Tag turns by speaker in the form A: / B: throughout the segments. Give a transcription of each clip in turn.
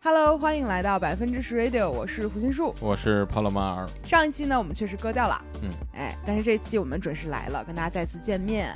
A: Hello，欢迎来到百分之十 Radio，我是胡心树。
B: 我是帕洛马尔。
A: 上一期呢，我们确实割掉了，
B: 嗯，
A: 哎，但是这期我们准时来了，跟大家再次见面。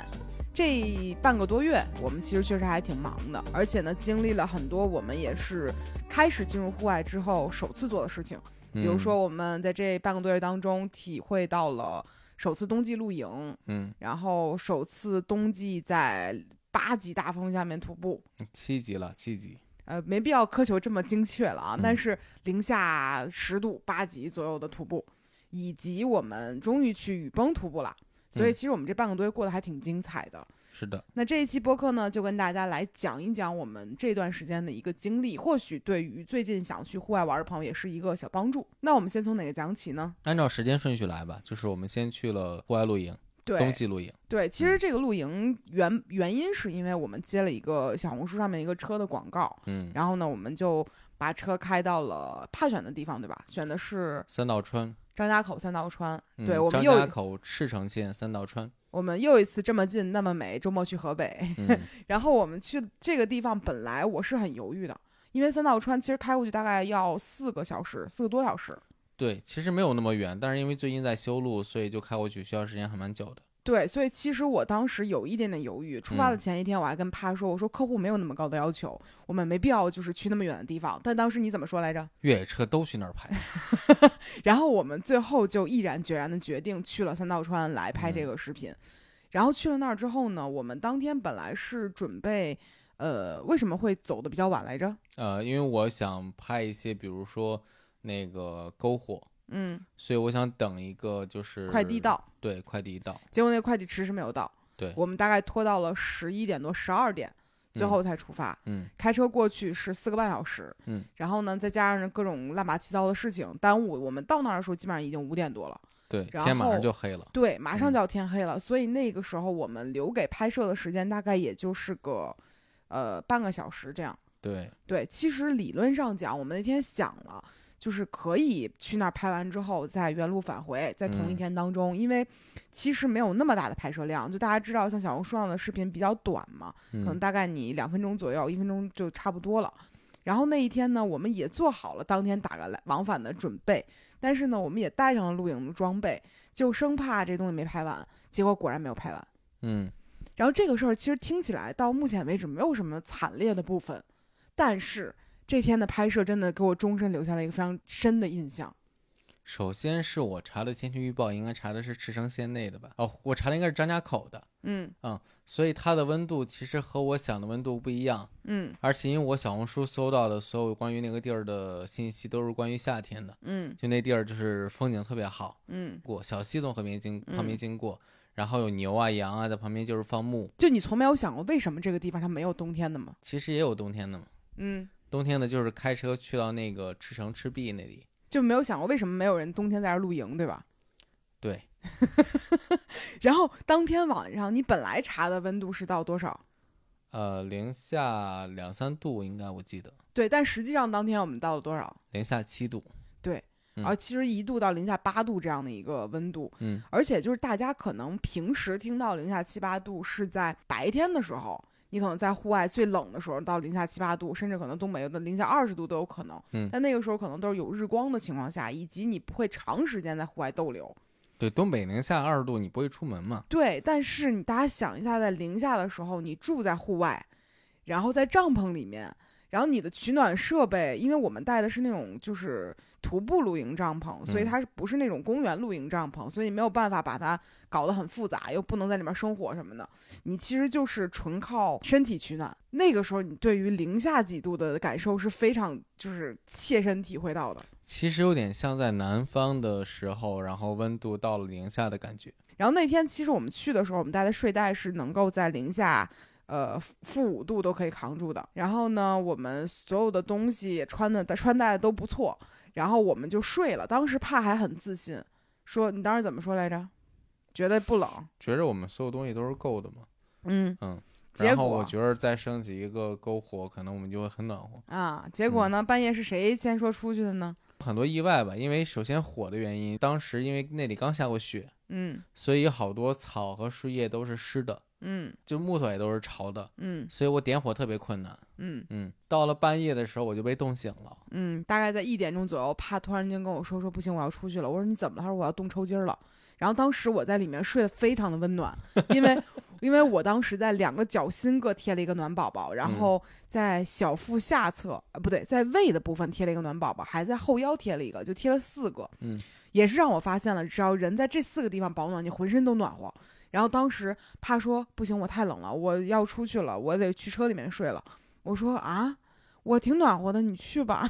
A: 这半个多月，我们其实确实还挺忙的，而且呢，经历了很多我们也是开始进入户外之后首次做的事情。
B: 嗯
A: 比如说，我们在这半个多月当中，体会到了首次冬季露营，
B: 嗯，
A: 然后首次冬季在八级大风下面徒步，
B: 嗯，七级了，七级。
A: 呃，没必要苛求这么精确了啊。但
B: 嗯
A: 是零下十度、八级左右的徒步，以及我们终于去雨崩徒步了，所以
B: 嗯
A: 其实我们这半个多月过得还挺精彩的。
B: 是的，
A: 那这一期播客呢，就跟大家来讲一讲我们这段时间的一个经历，或许对于最近想去户外玩的朋友也是一个小帮助。那我们先从哪个讲起呢？
B: 按照时间顺序来吧，就是我们先去了户外露营，冬
A: 对
B: 季露营。
A: 对，其
B: 嗯
A: 实这个露营原原因是因为我们接了一个小红书上面一个车的广告，
B: 嗯，
A: 然后呢，我们就把车开到了怕选的地方，对吧？选的是
B: 三道川。
A: 张家口三道川。
B: 嗯、
A: 对我们
B: 张
A: 又
B: 家口赤城县三道川。
A: 我们又一次这么近那么美，周末去河北。
B: 嗯
A: 然后我们去这个地方，本来我是很犹豫的，因为三道川其实开过去大概要四个小时，四个多小时。
B: 对，其实没有那么远，但是因为最近在修路，所以就开过去需要时间还蛮久的。
A: 对，所以其实我当时有一点点犹豫。出发的
B: 嗯
A: 前一天，我还跟帕说：“我说客户没有那么高的要求，我们没必要就是去那么远的地方。”但当时你怎么说来着？
B: 越野车都去那 儿拍，
A: 然后我们最后就毅然决然的决定去了三道川来拍这
B: 嗯
A: 个视频。然后去了那儿之后呢，我们当天本来是准备，呃，为什么会走的比较晚来着？
B: 呃，因为我想拍一些，比如说那个篝火，
A: 嗯，
B: 所以我想等一个就是
A: 快递，到，
B: 对，快递到，
A: 结果那个快递迟迟没有到。
B: 对
A: 我们大概拖到了十一点多、十二点，最
B: 嗯
A: 后才出发。
B: 嗯，
A: 开车过去是四个半小时，
B: 嗯，
A: 然后呢，再加上各种乱八七糟的事情耽误，我们到那儿的时候基本上已经五点多了。
B: 对，
A: 然
B: 天马
A: 后
B: 上就黑了，
A: 对，马上
B: 嗯
A: 就要天黑了，所以那个时候我们留给拍摄的时间大概也就是个，呃，半个小时这样。
B: 对，
A: 对，其实理论上讲，我们那天想了，就是可以去那儿拍完之后再原路返回，在同一
B: 嗯
A: 天当中，因为其实没有那么大的拍摄量，就大家知道，像小红书上的视频比较短嘛，
B: 嗯、
A: 可能大概你两分钟左右，一分钟就差不多了。然后那一天呢，我们也做好了当天打个来往返的准备，但是呢，我们也带上了露营的装备，就生怕这东西没拍完。结果果然没有拍完。
B: 嗯，
A: 然后这个事儿其实听起来到目前为止没有什么惨烈的部分，但是这天的拍摄真的给我终身留下了一个非常深的印象。
B: 首先是我查的天气预报，应该查的是赤城县内的吧？哦，我查的应该是张家口的，
A: 嗯
B: 所以它的温度其实和我想的温度不一样。
A: 嗯
B: 而且因为我小红书搜到的所有关于那个地儿的信息都是关于夏天的，
A: 嗯
B: 就那地儿就是风景特别好，
A: 嗯，
B: 过小溪从旁边经
A: 嗯
B: 旁边经过，然后有牛啊羊啊在旁边就是放牧，
A: 就你从没有想过为什么这个地方它没有冬天的吗？
B: 其实也有冬天的嘛。
A: 嗯，
B: 冬天的就是开车去到那个赤城赤壁那里，
A: 就没有想过为什么没有人冬天在这儿露营，对吧？
B: 对
A: 然后当天晚上你本来查的温度是到多少？
B: 呃，零下两三度应该我记得，
A: 对，但实际上当天我们到了多少？
B: 零下七度。嗯
A: 而其实一度到零下八度这样的一个温度，
B: 嗯，
A: 而且就是大家可能平时听到零下七八度是在白天的时候，你可能在户外最冷的时候到零下七八度，甚至可能东北有的零下二十度都有可能。
B: 嗯
A: 但那个时候可能都是有日光的情况下，以及你不会长时间在户外逗留。
B: 对，东北零下二十度，你不会出门嘛？
A: 对，但是你大家想一下，在零下的时候，你住在户外，然后在帐篷里面，然后你的取暖设备，因为我们带的是那种就是徒步露营帐篷，所以
B: 嗯
A: 它是不是那种公园露营帐篷，所以没有办法把它搞得很复杂，又不能在里面生火什么的，你其实就是纯靠身体取暖。那个时候，你对于零下几度的感受是非常就是切身体会到的。
B: 其实有点像在南方的时候，然后温度到了零下的感觉。
A: 然后那天其实我们去的时候，我们带的睡袋是能够在零下。呃，负五度都可以扛住的。然后呢，我们所有的东西穿的穿戴的都不错，然后我们就睡了。当时怕还很自信，说你当时怎么说来着？觉得不冷，
B: 觉着我们所有东西都是够的嘛？
A: 嗯
B: 嗯。
A: 结
B: 然后我
A: 果
B: 觉得再升起一个篝火，可能我们就会很暖和。
A: 啊，结
B: 嗯
A: 果呢，半夜是谁先说出去的呢？
B: 很多意外吧，因为首先火的原因，当时因为那里刚下过雪，
A: 嗯，
B: 所以好多草和树叶都是湿的。
A: 嗯
B: 就木头也都是潮的，
A: 嗯
B: 所以我点火特别困难。
A: 嗯
B: 嗯，到了半夜的时候我就被冻醒了。
A: 嗯，大概在一点钟左右，啪，突然间跟我说说不行，我要出去了。我说你怎么了？他说我要冻抽筋儿了。然后当时我在里面睡得非常的温暖，因为因为我当时在两个脚心各贴了一个暖宝宝，然后在小腹下侧，呃不对，在胃的部分贴了一个暖宝宝，还在后腰贴了一个，就贴了四个。
B: 嗯，
A: 也是让我发现了，只要人在这四个地方保暖，你浑身都暖和。然后当时怕说不行，我太冷了，我要出去了，我得去车里面睡了。我说啊，我挺暖和的，你去吧。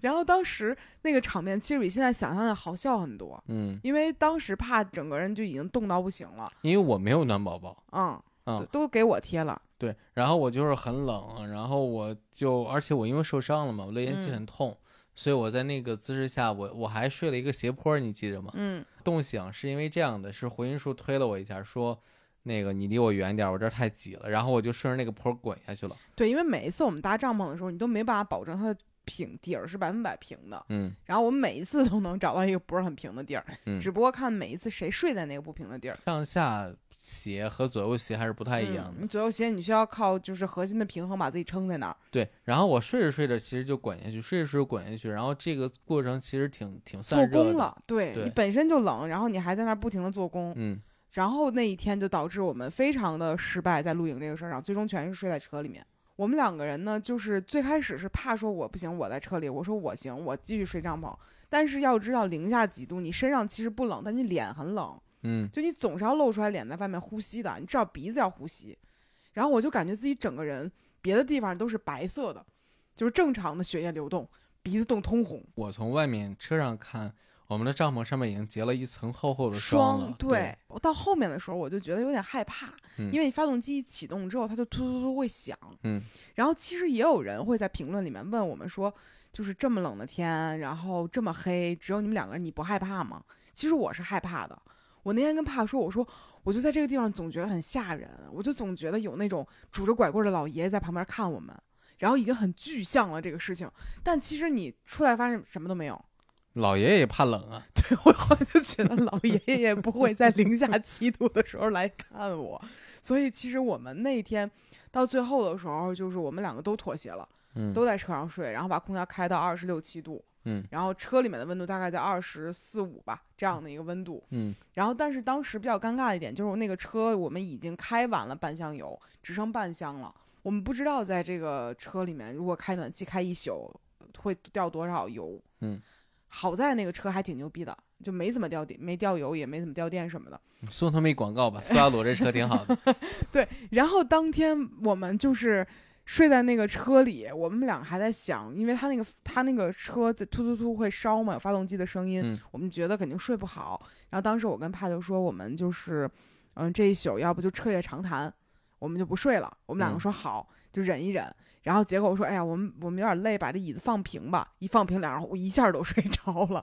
A: 然后当时那个场面，其实比现在想象的好笑很多，
B: 嗯，
A: 因为当时怕整个人就已经冻到不行了，
B: 因为我没有暖宝宝。
A: 嗯，
B: 嗯
A: 都都给我贴了，
B: 对，然后我就是很冷，然后我就，而且我因为受伤了嘛，我肋间肌
A: 嗯
B: 很痛，所以我在那个姿势下，我我还睡了一个斜坡，你记着吗？
A: 嗯
B: 冻醒是因为这样的，是回音树推了我一下，说那个你离我远点儿，我这儿太挤了，然后我就顺着那个坡滚下去了。
A: 对，因为每一次我们搭帐篷的时候，你都没办法保证它的平底儿是百分百平的，
B: 嗯，
A: 然后我们每一次都能找到一个不是很平的地儿，
B: 嗯
A: 只不过看每一次谁睡在那个不平的地儿。
B: 上下斜和左右斜还是不太一样
A: 嗯
B: 的。
A: 你左右斜，你需要靠就是核心的平衡把自己撑在那儿。
B: 对，然后我睡着睡着其实就滚下去，睡着睡着滚下去，然后这个过程其实挺挺
A: 做
B: 散热
A: 工
B: 的。
A: 了，对
B: 对
A: 你本身就冷，然后你还在那儿不停的做工，
B: 嗯，
A: 然后那一天就导致我们非常的失败在露营这个事儿上，最终全是睡在车里面。我们两个人呢，就是最开始是怕说我不行，我在车里，我说我行，我继续睡帐篷。但是要知道零下几度，你身上其实不冷，但你脸很冷，
B: 嗯，
A: 就你总是要露出来脸在外面呼吸的，你至少鼻子要呼吸。然后我就感觉自己整个人别的地方都是白色的，就是正常的血液流动，鼻子冻通红，
B: 我从外面车上看，我们的帐篷上面已经结了一层厚厚的了。
A: 霜。
B: 对，
A: 我到后面的时候我就觉得有点害怕，
B: 嗯
A: 因为你发动机一启动之后，它就突突突会响。
B: 嗯，
A: 然后其实也有人会在评论里面问我们说，就是这么冷的天，然后这么黑，只有你们两个人，你不害怕吗？其实我是害怕的。我那天跟帕说，我说我就在这个地方总觉得很吓人，我就总觉得有那种拄着拐棍的老爷爷在旁边看我们，然后已经很具象了这个事情。但其实你出来发现什么都没有，
B: 老爷爷也怕冷啊。
A: 对我后来就觉得老爷爷也不会在零下七度的时候来看我，所以其实我们那天到最后的时候，就是我们两个都妥协了，
B: 嗯，
A: 都在车上睡，然后把空调开到二十六七度，
B: 嗯
A: 然后车里面的温度大概在二十四五吧这样的一个温度。
B: 嗯
A: 然后但是当时比较尴尬的一点就是我那个车我们已经开完了半箱油，只剩半箱了，我们不知道在这个车里面如果开暖气开一宿会掉多少油。
B: 嗯，
A: 好在那个车还挺牛逼的，就没怎么掉电，没掉油，也没怎么掉电什么的。
B: 送他们一广告吧，斯拉鲁这车挺好的。
A: 然后当天我们就是睡在那个车里，我们俩还在想，因为他那个他那个车在突突突会烧嘛，有发动机的声音，
B: 嗯
A: 我们觉得肯定睡不好。然后当时我跟帕就说，我们就是，嗯，这一宿要不就彻夜长谈，我们就不睡了。我们两个
B: 嗯
A: 说好，就忍一忍。然后结果我说，哎呀，我们我们有点累，把这椅子放平吧。一放平，两人我一下都睡 着了。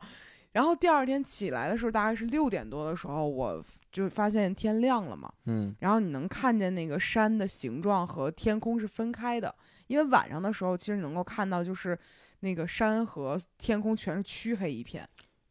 A: 然后第二天起来的时候，大概是六点多的时候，我就发现天亮了嘛。
B: 嗯
A: 然后你能看见那个山的形状和天空是分开的，因为晚上的时候其实能够看到，就是那个山和天空全是黢黑一片。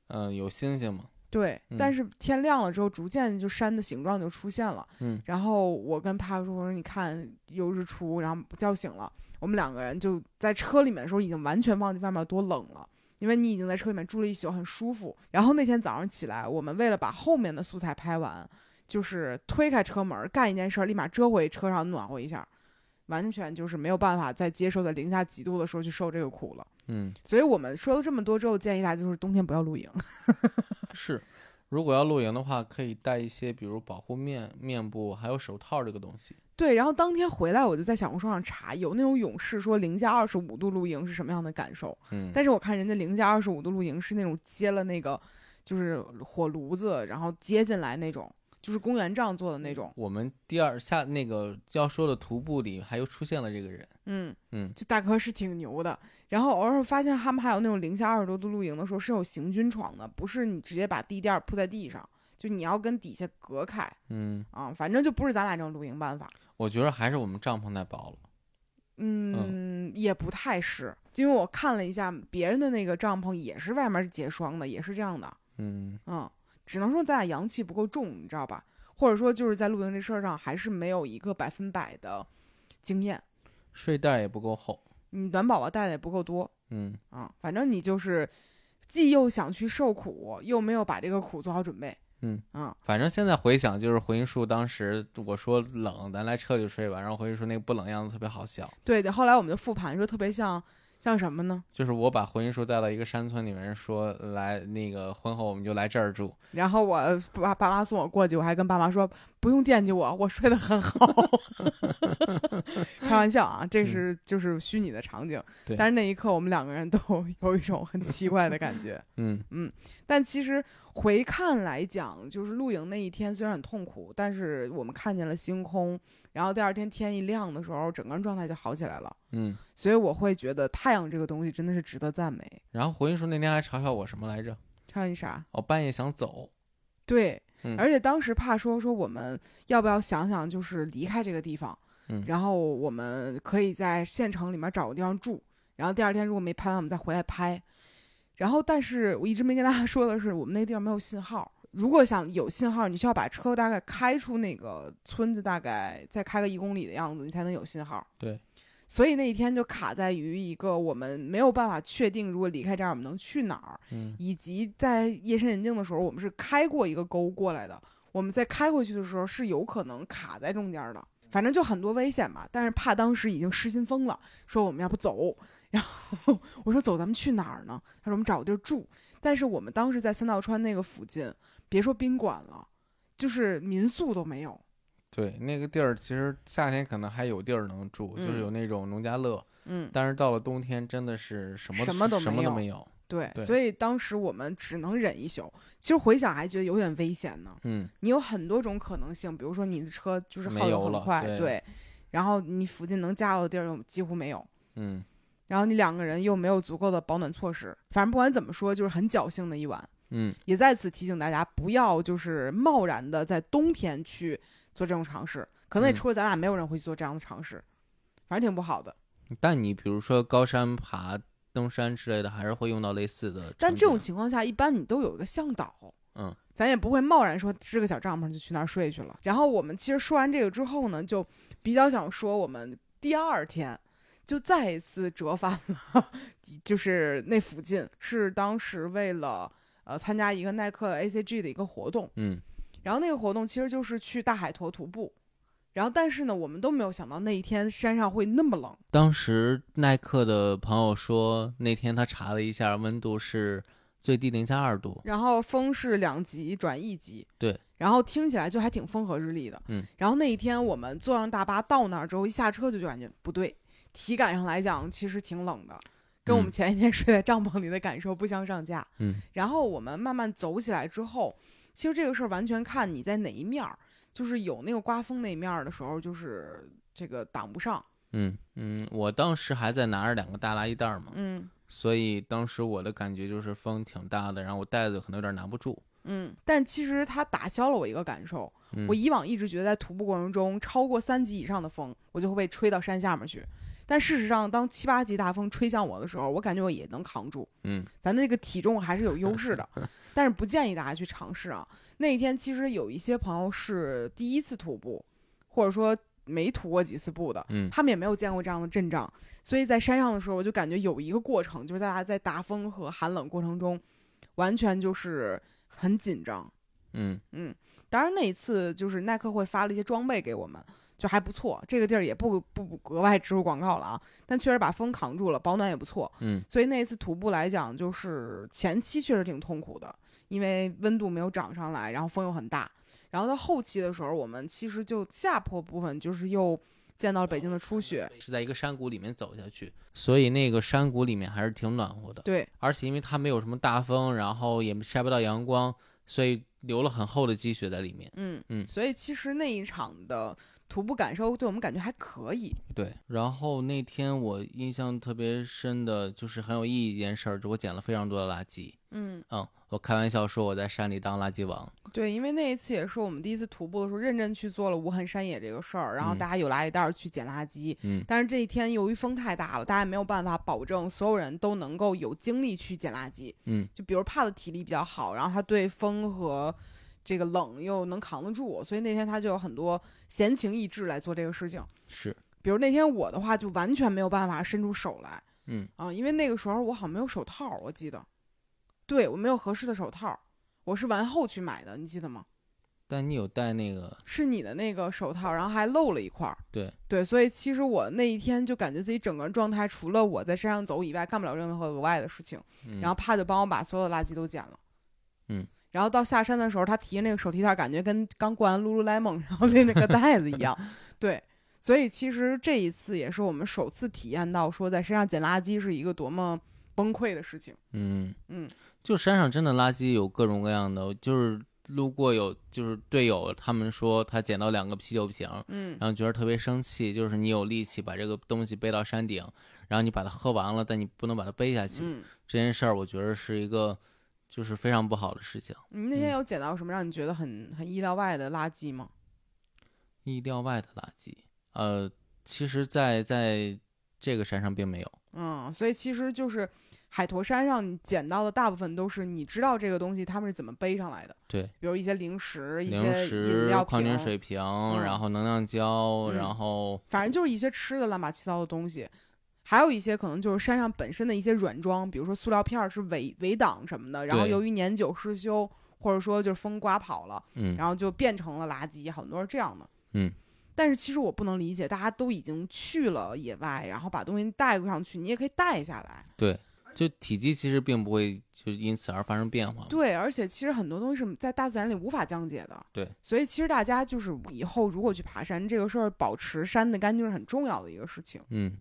B: 嗯、呃有星星吗？
A: 对，但
B: 嗯
A: 是天亮了之后，逐渐就山的形状就出现了。
B: 嗯，
A: 然后我跟帕说：“我说你看有日出。”然后叫醒了我们两个人，就在车里面的时候已经完全忘记外面有多冷了，因为你已经在车里面住了一宿，很舒服。然后那天早上起来，我们为了把后面的素材拍完，就是推开车门干一件事儿，立马折回车上暖和一下，完全就是没有办法再接受在零下几度的时候去受这个苦了。
B: 嗯，
A: 所以我们说了这么多之后，建议大家就是冬天不要露营。
B: 是。如果要露营的话，可以带一些，比如保护面、面部，还有手套这个东西。
A: 对，然后当天回来，我就在小红书上查，有那种勇士说零下二十五度露营是什么样的感受，
B: 嗯，
A: 但是我看人家零下二十五度露营是那种接了那个就是火炉子，然后接进来那种，就是公园帐做的那种，
B: 我们第二下那个要说的徒步里，还又出现了这个人。
A: 嗯
B: 嗯
A: 就大哥是挺牛的。然后偶尔发现他们还有那种零下二十多度露营的时候是有行军床的，不是你直接把地垫儿铺在地上，就你要跟底下隔开
B: 嗯，
A: 啊，反正就不是咱俩这种露营办法。
B: 我觉得还是我们帐篷太薄了。
A: 嗯，也不太是，因为我看了一下别人的那个帐篷，也是外面是结霜的，也是这样的。
B: 嗯，
A: 嗯，只能说咱俩阳气不够重，你知道吧？或者说就是在露营这事儿上还是没有一个百分百的经验，
B: 睡袋也不够厚，
A: 你暖宝宝带的也不够多
B: 嗯，
A: 啊，反正你就是既又想去受苦，又没有把这个苦做好准备，
B: 嗯
A: 啊，
B: 反正现在回想，就是回音树当时我说冷，咱来车里睡吧，然后回音树那个不冷样子特别好笑，
A: 对的。后来我们就复盘说特别像像什么呢？
B: 就是我把回音树带到一个山村里面，说来那个婚后我们就来这儿住，
A: 然后我爸爸妈送我过去，我还跟爸妈说不用惦记我，我睡得很好。 开玩笑啊，这是就是虚拟的场景，
B: 对
A: 但是那一刻我们两个人都 有一种很奇怪的感觉。
B: 嗯
A: 但其实回看来讲，就是露营那一天虽然很痛苦，但是我们看见了星空，然后第二天天一亮的时候，整个人状态就好起来了。
B: 嗯。
A: 所以我会觉得太阳这个东西真的是值得赞美。
B: 然后回音树那天还嘲笑我什么来着？
A: 还有你啥？
B: 我半夜想走，
A: 对，
B: 嗯
A: 而且当时怕说说我们要不要想想，就是离开这个地方，
B: 嗯
A: 然后我们可以在县城里面找个地方住，然后第二天如果没拍完，我们再回来拍。然后，但是我一直没跟大家 说的是，我们那个地方没有信号。如果想有信号，你需要把车大概开出那个村子，大概再开个一公里的样子，你才能有信号。
B: 对，
A: 所以那一天就卡在于一个我们没有办法确定，如果离开这儿我们能去哪儿。
B: 嗯
A: 以及在夜深人静的时候，我们是开过一个沟过来的。我们在开过去的时候是有可能卡在中间的，反正就很多危险吧。但是怕当时已经失心疯了，说我们要不走，然后我说走，咱们去哪儿呢？他说我们找个地儿住。但是我们当时在三道川那个附近，别说宾馆了，就是民宿都没有。
B: 对，那个地儿其实夏天可能还有地儿能住，就是
A: 嗯
B: 有那种农家乐，
A: 嗯，
B: 但是到了冬天真的是什么
A: 什么都
B: 什么
A: 没
B: 都
A: 有
B: 没有，
A: 对，
B: 对
A: 所以当时我们只能忍一宿。其实回想还觉得有点危险呢。
B: 嗯，
A: 你有很多种可能性，比如说你的车就是
B: 没
A: 耗油
B: 油了
A: 很快，
B: 对
A: 然后你附近能加油的地儿又几乎没有，
B: 嗯，
A: 然后你两个人又没有足够的保暖措施，反正不管怎么说，就是很侥幸的一晚。
B: 嗯，
A: 也再次提醒大家，不要就是贸然的在冬天去做这种尝试，可能也
B: 嗯
A: 除了咱俩，没有人会去做这样的尝试，反正挺不好的。
B: 但你比如说高山爬、登山之类的，还是会用到类似的场景。
A: 但这种情况下，一般你都有一个向导，
B: 嗯，
A: 咱也不会贸然说支个小帐篷就去那儿睡去了。然后我们其实说完这个之后呢，就比较想说我们第二天。就再一次折返了， 就是那附近是当时为了呃参加一个耐克 ACG 的一个活动，
B: 嗯
A: 然后那个活动其实就是去大海坨徒步，然后但是呢我们都没有想到那一天山上会那么冷，
B: 当时耐克的朋友说，那天他查了一下，温度是最低零下二度。
A: 然后风是两级转一级，
B: 对，
A: 然后听起来就还挺风和日丽的，
B: 嗯。
A: 然后那一天我们坐上大巴到那儿之后，一下车就就感觉不对，体感上来讲其实挺冷的，跟我们
B: 嗯
A: 前一天睡在帐篷里的感受不相上下。
B: 嗯，
A: 然后我们慢慢走起来之后，其实这个事儿完全看你在哪一面儿，就是有那个刮风那一面儿的时候，就是这个挡不上，
B: 嗯嗯，我当时还在拿着两个大垃圾袋嘛，
A: 嗯。
B: 所以当时我的感觉就是风挺大的，然后我袋子可能有点拿不住。
A: 嗯，但其实它打消了我一个感受，
B: 嗯
A: 我以往一直觉得在徒步过程中，超过三级以上的风，我就会被吹到山下面去。但事实上，当七八级大风吹向我的时候，我感觉我也能扛住。
B: 嗯
A: 咱的这个体重还是有优势的， 但是不建议大家去尝试啊。那一天其实有一些朋友是第一次徒步，或者说没徒过几次步的，
B: 嗯
A: 他们也没有见过这样的阵仗，所以在山上的时候，我就感觉有一个过程，就是大家在大风和寒冷过程中，完全就是很紧张。
B: 嗯
A: 嗯，当然那一次就是耐克会发了一些装备给我们，就还不错。这个地儿也不不不额外植入广告了啊，但确实把风扛住了，保暖也不错。
B: 嗯，
A: 所以那一次徒步来讲，就是前期确实挺痛苦的，因为温度没有涨上来，然后风又很大。然后到后期的时候，我们其实就下坡部分就是又见到了北京的初雪。
B: 是在一个山谷里面走下去，所以那个山谷里面还是挺暖和的。
A: 对，
B: 而且因为它没有什么大风，然后也晒不到阳光，所以留了很厚的积雪在里面。
A: 嗯
B: 嗯
A: 所以其实那一场的徒步感受对我们感觉还可以。
B: 对，然后那天我印象特别深的就是很有意义一件事儿，就我捡了非常多的垃圾。
A: 嗯，
B: 嗯，我开玩笑说我在山里当垃圾王。
A: 对，因为那一次也是我们第一次徒步的时候，认真去做了无痕山野这个事儿，然后
B: 嗯
A: 大家有垃圾袋儿去捡垃圾。
B: 嗯
A: 但是这一天由于风太大了，大家没有办法保证所有人都能够有精力去捡垃圾。
B: 嗯，
A: 就比如帕的体力比较好，然后他对风和这个冷又能扛得住，所以那天他就有很多闲情逸致来做这个事情。
B: 是，
A: 比如那天我的话，就完全没有办法伸出手来
B: 嗯，
A: 啊、因为那个时候我好像没有手套，我记得，对我没有合适的手套，我是完后去买的，你记得吗？
B: 但你有带那个，
A: 是你的那个手套，然后还漏了一块儿。
B: 对
A: 对，所以其实我那一天就感觉自己整个人状态，除了我在山上走以外，干不了任何额外的事情。
B: 嗯、
A: 然后帕就帮我把所有的垃圾都捡了。
B: 嗯，
A: 然后到下山的时候，他提着那个手提袋，感觉跟刚过完 Lululemon 然后那那个袋子一 样。对，所以其实这一次也是我们首次体验到说在山上捡垃圾是一个多么崩溃的事情。
B: 嗯
A: 嗯，
B: 就山上真的垃圾有各种各样的，就是路过有就是队友他们说他捡到两个啤酒瓶，
A: 嗯，
B: 然后觉得特别生气，就是你有力气把这个东西背到山顶，然后你把它喝完了，但你不能把它背下去。
A: 嗯，
B: 这件事儿我觉得是一个就是非常不好的事情。
A: 你那天
B: 嗯
A: 有捡到什么让你觉得很很意料外的垃圾吗？
B: 意料外的垃圾，呃，其实在，在这个山上并没有。
A: 嗯，所以其实就是海坨山上你捡到的大部分都是你知道这个东西他们是怎么背上来的，
B: 对，
A: 比如一些零食、一
B: 零
A: 些饮
B: 食
A: 料、
B: 矿泉
A: 瓶
B: 水瓶，然后能量胶，
A: 嗯
B: 然后
A: 反正就是一些吃的乱八七糟的东西，还有一些可能就是山上本身的一些软装，比如说塑料片儿是围围挡什么的，然后
B: 对
A: 由于年久失修，或者说就是风刮跑了，
B: 嗯
A: 然后就变成了垃圾，很多是这样的。
B: 嗯，
A: 但是其实我不能理解，大家都已经去了野外，然后把东西带上去，你也可以带下来。
B: 对，就体积其实并不会就因此而发生变化嘛。
A: 对，而且其实很多东西是在大自然里无法降解的。
B: 对，
A: 所以其实大家就是以后如果去爬山，这个事儿保持山的干净是很重要的一个事情。
B: 嗯，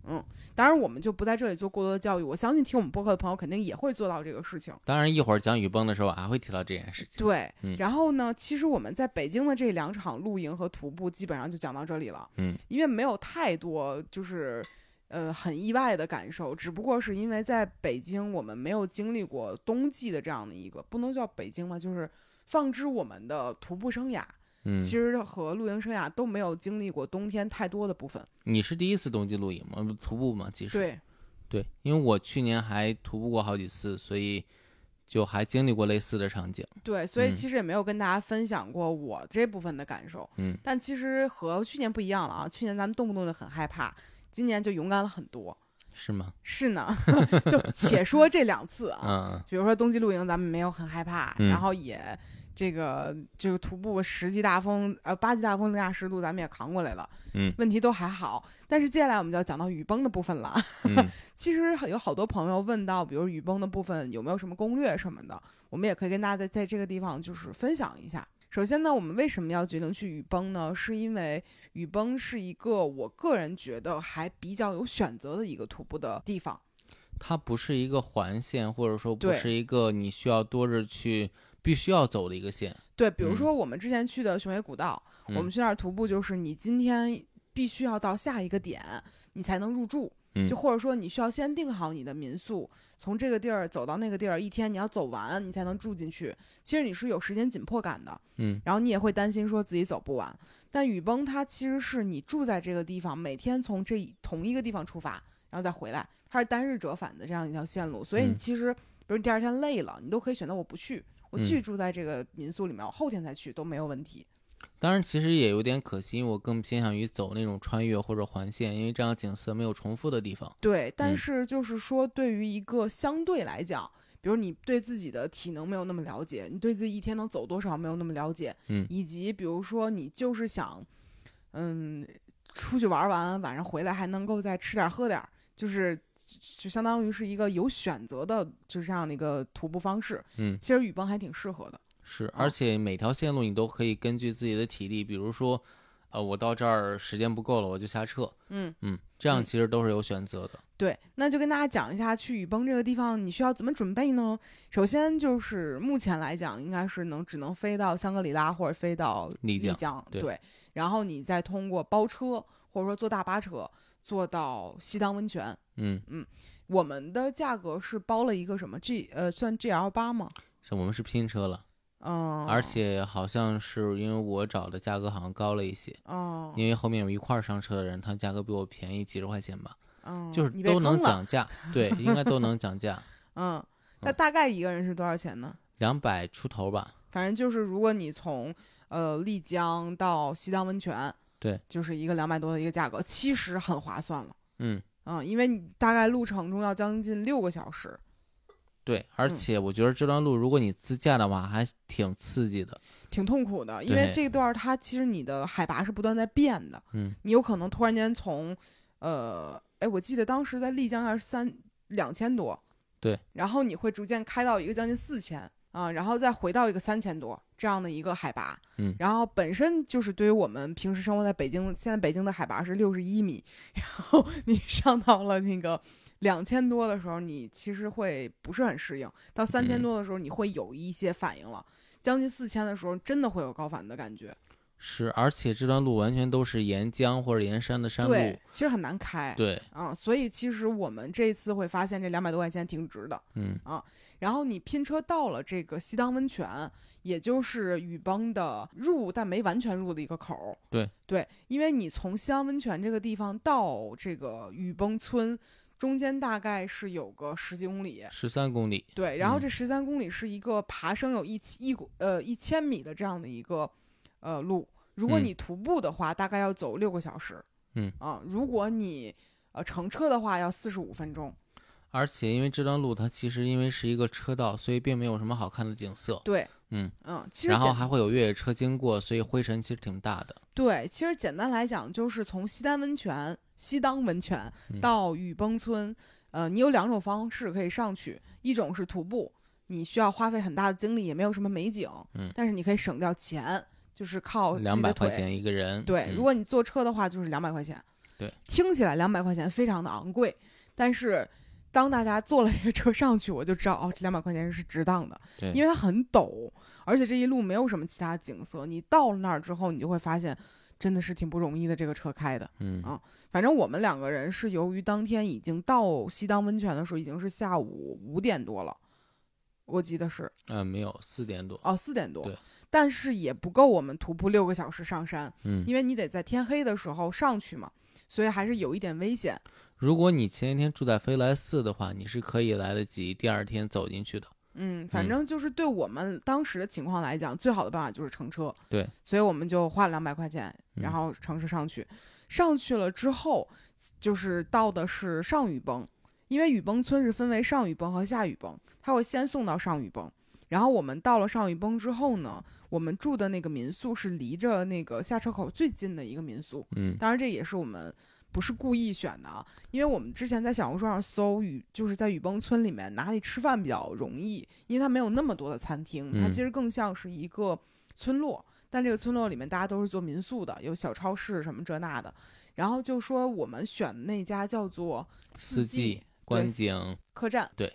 A: 当然，我们就不在这里做过多的教育。我相信听我们播客的朋友肯定也会做到这个事情。
B: 当然一会儿讲雨崩的时候还会提到这件事情。
A: 对，
B: 嗯
A: 然后呢，其实我们在北京的这两场露营和徒步基本上就讲到这里了。
B: 嗯，
A: 因为没有太多就是呃很意外的感受，只不过是因为在北京我们没有经历过冬季的这样的一个，不能叫北京吧，就是放之我们的徒步生涯，
B: 嗯，
A: 其实和露营生涯都没有经历过冬天太多的部分。
B: 你是第一次冬季露营吗？不徒步吗？其实
A: 对，
B: 对，因为我去年还徒步过好几次，所以就还经历过类似的场景。
A: 对，所以
B: 嗯
A: 其实也没有跟大家分享过我这部分的感受。
B: 嗯，
A: 但其实和去年不一样了啊，去年咱们动不动就很害怕，今年就勇敢了很多。
B: 是吗？
A: 是呢， 就且说这两次啊，
B: 嗯，
A: 比如说冬季露营，咱们没有很害怕，
B: 嗯
A: 然后也这个这个徒步十级大风呃八级大风零下十度，咱们也扛过来了，
B: 嗯
A: 问题都还好。但是接下来我们就要讲到雨崩的部分了。
B: 嗯，
A: 其实很有好多朋友问到，比如雨崩的部分有没有什么攻略什么的，我们也可以跟大家在在这个地方就是分享一下。首先呢，我们为什么要决定去雨崩呢？是因为雨崩是一个我个人觉得还比较有选择的一个徒步的地方。
B: 它不是一个环线，或者说不
A: 对
B: 是一个你需要多日去必须要走的一个线。
A: 对，比如
B: 嗯
A: 说我们之前去的雄伟古道，我们
B: 嗯
A: 去那儿徒步，就是你今天必须要到下一个点，你才能入住。
B: 嗯
A: 就或者说你需要先定好你的民宿，从这个地儿走到那个地儿，一天你要走完，你才能住进去。其实你是有时间紧迫感的，
B: 嗯，
A: 然后你也会担心说自己走不完。但雨崩它其实是你住在这个地方，每天从这一同一个地方出发，然后再回来，它是单日折返的这样一条线路。所以你
B: 嗯
A: 其实，比如你第二天累了，你都可以选择我不去，我
B: 嗯
A: 去住在这个民宿里面，我后天再去都没有问题。
B: 当然其实也有点可惜，因为我更偏向于走那种穿越或者环线，因为这样景色没有重复的地方。
A: 对，但
B: 嗯
A: 是就是说，对于一个相对来讲，比如你对自己的体能没有那么了解，你对自己一天能走多少没有那么了解，
B: 嗯
A: 以及比如说你就是想，嗯，出去玩完，晚上回来还能够再吃点儿喝点儿，就是。就相当于是一个有选择的，就是这样的一个徒步方式。
B: 嗯
A: 其实雨崩还挺适合的。
B: 是，
A: 哦
B: 而且每条线路你都可以根据自己的体力，比如说，呃，我到这儿时间不够了，我就下撤。
A: 嗯，
B: 嗯，这样
A: 嗯
B: 其实都是有选择的。
A: 对，那就跟大家讲一下去雨崩这个地方你需要怎么准备呢？首先就是目前来讲，应该是能只能飞到香格里拉或者飞到
B: 丽江
A: 江，
B: 对
A: 然后你再通过包车或者说坐大巴车坐到西当温泉。
B: 嗯，
A: 我们的价格是包了一个什么 G 呃算 GL 八吗？
B: 是我们是拼车了，
A: 嗯，
B: 而且好像是因为我找的价格好像高了一些，
A: 嗯
B: 因为后面有一块儿上车的人，他价格比我便宜几十块钱吧，
A: 嗯，
B: 就是
A: 你被
B: 都能
A: 坑了
B: 讲价， 对，应该都能讲价，嗯
A: 嗯，那大概一个人是多少钱呢？
B: 两百出头吧。
A: 反正就是如果你从呃丽江到西塘温泉，
B: 对，
A: 就是一个两百多的一个价格，其实很划算了。
B: 嗯，
A: 嗯，因为你大概路程中要将近六个小时，
B: 对，
A: 嗯
B: 而且我觉得这段路如果你自驾的话，还挺刺激的。
A: 挺痛苦的，因为
B: 对
A: 这段儿它其实你的海拔是不断在变的，
B: 嗯，
A: 你有可能突然间从，呃，哎，我记得当时在丽江还是三两千多，
B: 对，
A: 然后你会逐渐开到一个将近四千啊，然后再回到一个三千多这样的一个海拔，
B: 嗯
A: 然后本身就是对于我们平时生活在北京，现在北京的海拔是六十一米，然后你上到了那个。两千多的时候，你其实会不是很适应；到三千
B: 嗯
A: 多的时候，你会有一些反应了。将近四千的时候，真的会有高反的感觉。
B: 是，而且这段路完全都是沿江或者沿山的山路。
A: 对，其实很难开。
B: 对
A: 啊，所以其实我们这次会发现这两百多块钱挺值的。
B: 嗯，
A: 然后你拼车到了这个西塘温泉，也就是雨崩的入但没完全入的一个口儿。
B: 对
A: 对，因为你从西塘温泉这个地方到这个雨崩村，中间大概是有个十几公里。
B: 十三公里。
A: 对，然后
B: 嗯
A: 这十三公里是一个爬升有一千一股呃一千米的这样的一个呃路，如果
B: 嗯
A: 你徒步的话，大概要走六个小时，
B: 嗯
A: 啊，如果你呃乘车的话要四十五分钟，
B: 而且因为这段路它其实因为是一个车道，所以并没有什么好看的景色。
A: 对，
B: 嗯
A: 嗯，其实
B: 然后
A: 简
B: 还会有越野车经过，所以灰尘其实挺大的。
A: 对，其实简单来讲就是从西单温泉、西当温泉
B: 嗯
A: 到雨崩村，呃，你有两种方式可以上去，一种是徒步，你需要花费很大的精力，也没有什么美景，
B: 嗯
A: 但是你可以省掉钱，就是靠自
B: 两
A: 己
B: 百
A: 的
B: 块
A: 哦腿。
B: 钱一个人。
A: 对，
B: 嗯
A: 如果你坐车的话，就是两百块钱。
B: 对，
A: 听起来两百块钱非常的昂贵，但是当大家坐了这个车上去，我就知道哦，这两百块钱是值当的，
B: 对
A: 因为它很陡，而且这一路没有什么其他景色。你到了那儿之后，你就会发现。真的是挺不容易的，这个车开的。
B: 嗯
A: 啊反正我们两个人是由于当天已经到西当温泉的时候，已经是下午五点多了，我记得是
B: 呃没有四点多。
A: 哦四点多
B: 对，
A: 但是也不够我们徒步六个小时上山。
B: 嗯，
A: 因为你得在天黑的时候上去嘛，所以还是有一点危险。
B: 如果你前一天住在飞来寺的话，你是可以来得及第二天走进去的。
A: 嗯，反
B: 嗯
A: 正就是对我们当时的情况来讲，最好的办法就是乘车。
B: 对，
A: 所以我们就花了两百块钱，然
B: 嗯
A: 后乘车上去。上去了之后，就是到的是上雨崩，因为雨崩村是分为上雨崩和下雨崩，它会先送到上雨崩。然后我们到了上雨崩之后呢，我们住的那个民宿是离着那个下车口最近的一个民宿，
B: 嗯
A: 当然这也是我们不是故意选的啊，因为我们之前在小红书上搜雨，就是在雨崩村里面哪里吃饭比较容易，因为它没有那么多的餐厅，它
B: 嗯
A: 其实更像是一个村落。但这个村落里面大家都是做民宿的，有小超市什么这那的。然后就说我们选的那家叫做
B: 四季观景，
A: 客栈，
B: 对，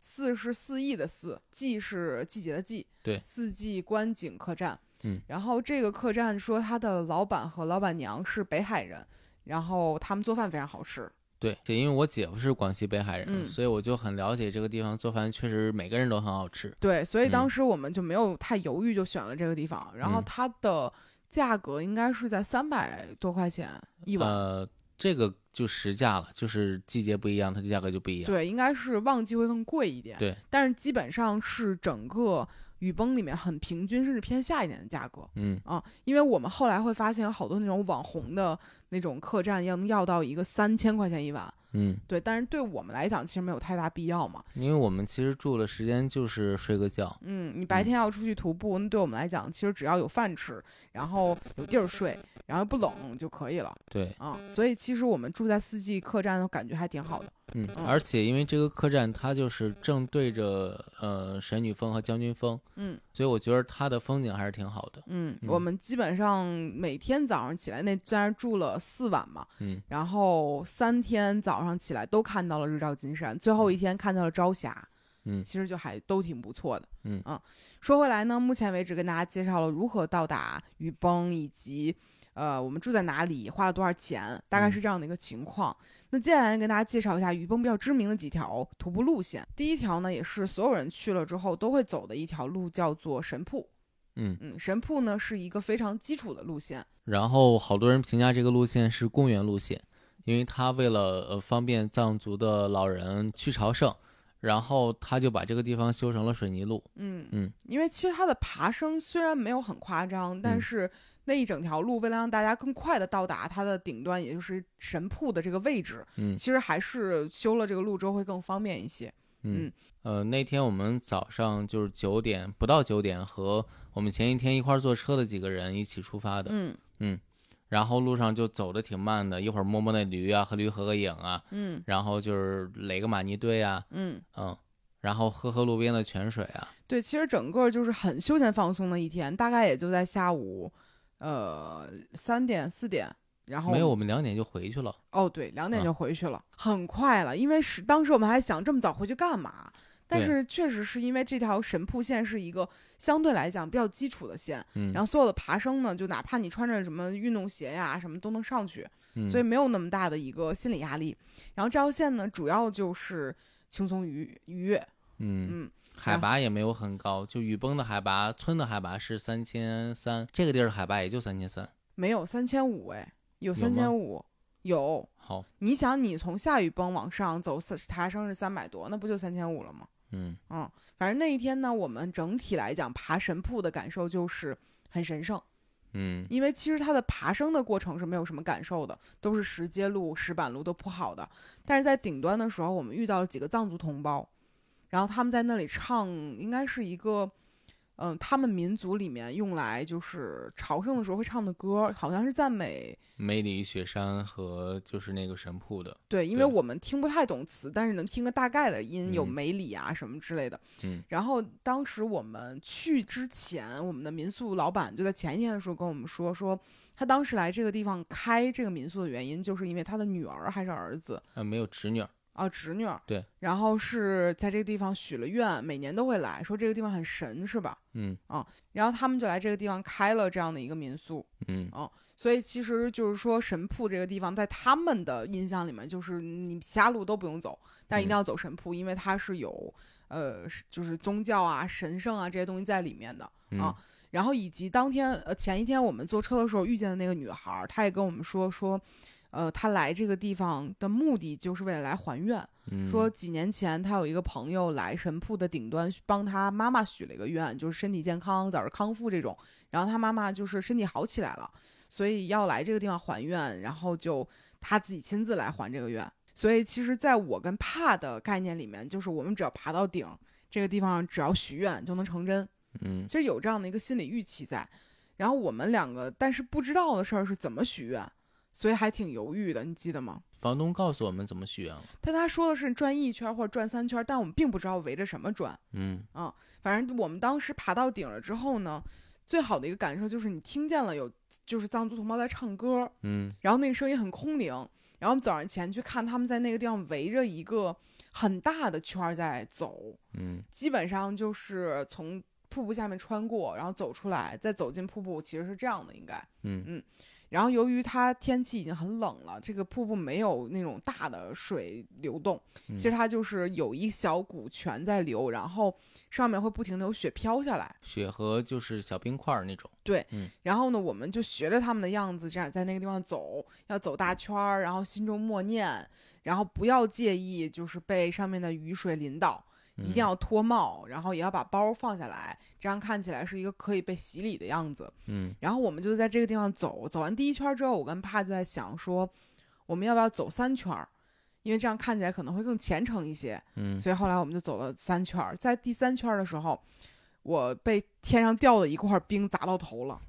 A: 四是四季的四，季是季节的季，
B: 对
A: 四季观景客栈，
B: 嗯，
A: 然后这个客栈说他的老板和老板娘是北海人，然后他们做饭非常好吃，
B: 对，这因为我姐夫是广西北海人，
A: 嗯
B: 所以我就很了解这个地方做饭，确实每个人都很好吃。
A: 对，所以
B: 嗯
A: 当时我们就没有太犹豫，就选了这个地方，然后
B: 嗯
A: 它的价格应该是在三百多块钱一晚，
B: 呃，这个就实价了，就是季节不一样，它的价格就不一样。
A: 对，应该是旺季会更贵一点，
B: 对，
A: 但是基本上是整个雨崩里面很平均，甚至偏下一点的价格，
B: 嗯，
A: 啊，因为我们后来会发现有好多那种网红的那种客栈要能要到一个三千块钱一晚，
B: 嗯，
A: 对，但是对我们来讲其实没有太大必要嘛。
B: 因为我们其实住的时间就是睡个觉，
A: 嗯，你白
B: 嗯
A: 天要出去徒步，那对我们来讲其实只要有饭吃，然后有地儿睡，然后不冷就可以了
B: 对，
A: 啊。所以其实我们住在四季客栈的感觉还挺好的。
B: 嗯，
A: 嗯
B: 而且因为这个客栈它就是正对着呃神女峰和将军峰，
A: 嗯
B: 所以我觉得它的风景还是挺好的。
A: 嗯，我
B: 嗯
A: 们基本上每天早上起来那在那儿住了四晚嘛，
B: 嗯，
A: 然后三天早上起来都看到了日照金山，最后一天看到了朝霞，
B: 嗯
A: 其实就还都挺不错的，
B: 嗯
A: 啊。说回来呢，目前为止跟大家介绍了如何到达雨崩以及呃我们住在哪里，花了多少钱，大
B: 嗯
A: 概是这样的一个情况。那接下来跟大家介绍一下雨崩比较知名的几条徒步路线。第一条呢，也是所有人去了之后都会走的一条路，叫做神瀑。
B: 嗯，
A: 嗯，神瀑呢是一个非常基础的路线，
B: 然后好多人评价这个路线是公园路线，因为它为了呃方便藏族的老人去朝圣，然后他就把这个地方修成了水泥路。
A: 嗯
B: 嗯，
A: 因为其实它的爬升虽然没有很夸张，但
B: 嗯
A: 是那一整条路为了让大家更快的到达它的顶端，也就是神瀑的这个位置，
B: 嗯
A: 其实还是修了这个路之后会更方便一些。嗯
B: 嗯，呃，那天我们早上就是九点不到九点，和我们前一天一块儿坐车的几个人一起出发的，
A: 嗯
B: 然后路上就走的挺慢的，一会儿摸摸那驴啊，和驴合个影啊，
A: 嗯
B: 然后就是垒个马尼堆啊，
A: 嗯，
B: 嗯，然后喝喝路边的泉水啊，
A: 对，其实整个就是很休闲放松的一天，大概也就在下午，呃，三点四点。然后
B: 没有，我们两点就回去了。
A: 哦，对，两点
B: 啊
A: 就回去了，很快了。因为是当时我们还想这么早回去干嘛，但
B: 对
A: 是确实是因为这条神瀑线是一个相对来讲比较基础的线，
B: 嗯，
A: 然后所有的爬升呢，就哪怕你穿着什么运动鞋呀、什么都能上去，
B: 嗯
A: 所以没有那么大的一个心理压力。然后这条线呢，主要就是轻松愉愉悦，
B: 嗯，
A: 嗯
B: 海
A: 啊
B: 拔也没有很高，就雨崩的海拔，村的海拔是三千三，这个地儿的海拔也就三千三。
A: 没有三千五哎，有
B: 有吗
A: 三千五，有。
B: 好，
A: 你想，你从下雨崩往上走，三爬升是三百多，那不就三千五了吗？
B: 嗯
A: 嗯，反正那一天呢，我们整体来讲爬神瀑的感受就是很神圣，
B: 嗯
A: 因为其实它的爬升的过程是没有什么感受的，都是石阶路、石板路都铺好的。但是在顶端的时候，我们遇到了几个藏族同胞，然后他们在那里唱，应该是一个，嗯、他们民族里面用来就是朝圣的时候会唱的歌，好像是赞美。
B: 梅里雪山和就是那个神瀑的，
A: 对，因为
B: 对
A: 我们听不太懂词，但是能听个大概的音，有
B: 嗯
A: 梅里啊什么之类的。
B: 嗯
A: 然后当时我们去之前，我们的民宿老板就在前一天的时候跟我们说，说他当时来这个地方开这个民宿的原因，就是因为他的女儿还是儿子
B: 呃，没有侄女儿，
A: 啊侄女儿，
B: 对，
A: 然后是在这个地方许了愿，每年都会来说这个地方很神，是吧？
B: 嗯
A: 然后他们就来这个地方开了这样的一个民宿，
B: 嗯
A: 所以其实就是说神瀑这个地方，在他们的印象里面，就是你其他路都不用走，但一定
B: 嗯
A: 要走神瀑，因为它是有呃是就是宗教啊、神圣啊这些东西在里面的。
B: 嗯
A: 啊然后以及当天呃前一天我们坐车的时候遇见的那个女孩儿，她也跟我们说说，呃，她来这个地方的目的就是为了来还愿。
B: 嗯
A: 说几年前她有一个朋友来神铺的顶端帮她妈妈许了一个愿，就是身体健康、早日康复这种。然后她妈妈就是身体好起来了，所以要来这个地方还愿，然后就她自己亲自来还这个愿。所以其实，在我跟怕的概念里面，就是我们只要爬到顶这个地方，只要许愿就能成真。
B: 嗯
A: 其实有这样的一个心理预期在。然后我们两个，但是不知道的事儿是怎么许愿，所以还挺犹豫的，你记得吗？
B: 房东告诉我们怎么许愿了，
A: 但他说的是转一圈或者转三圈，但我们并不知道围着什么转。
B: 嗯
A: 反正我们当时爬到顶了之后呢，最好的一个感受就是你听见了有就是藏族同胞在唱歌，
B: 嗯
A: 然后那个声音很空灵。然后我们早上前去看，他们在那个地方围着一个很大的圈儿在走，
B: 嗯
A: 基本上就是从瀑布下面穿过，然后走出来，再走进瀑布，其实是这样的应该。
B: 嗯
A: 然后由于它天气已经很冷了，这个瀑布没有那种大的水流动，
B: 嗯
A: 其实它就是有一小股泉在流，然后上面会不停的有雪飘下来。
B: 雪和就是小冰块儿那种，
A: 然后呢，我们就学着他们的样子，这样在那个地方走，要走大圈儿，然后心中默念，然后不要介意，就是被上面的雨水淋到，
B: 嗯
A: 一定要脱帽，然后也要把包放下来，这样看起来是一个可以被洗礼的样子。
B: 嗯
A: 然后我们就在这个地方走，走完第一圈之后，我跟帕就在想说，我们要不要走三圈儿？因为这样看起来可能会更虔诚一些。
B: 嗯
A: 所以后来我们就走了三圈儿，在第三圈儿的时候，我被天上掉的一块冰砸到头 了，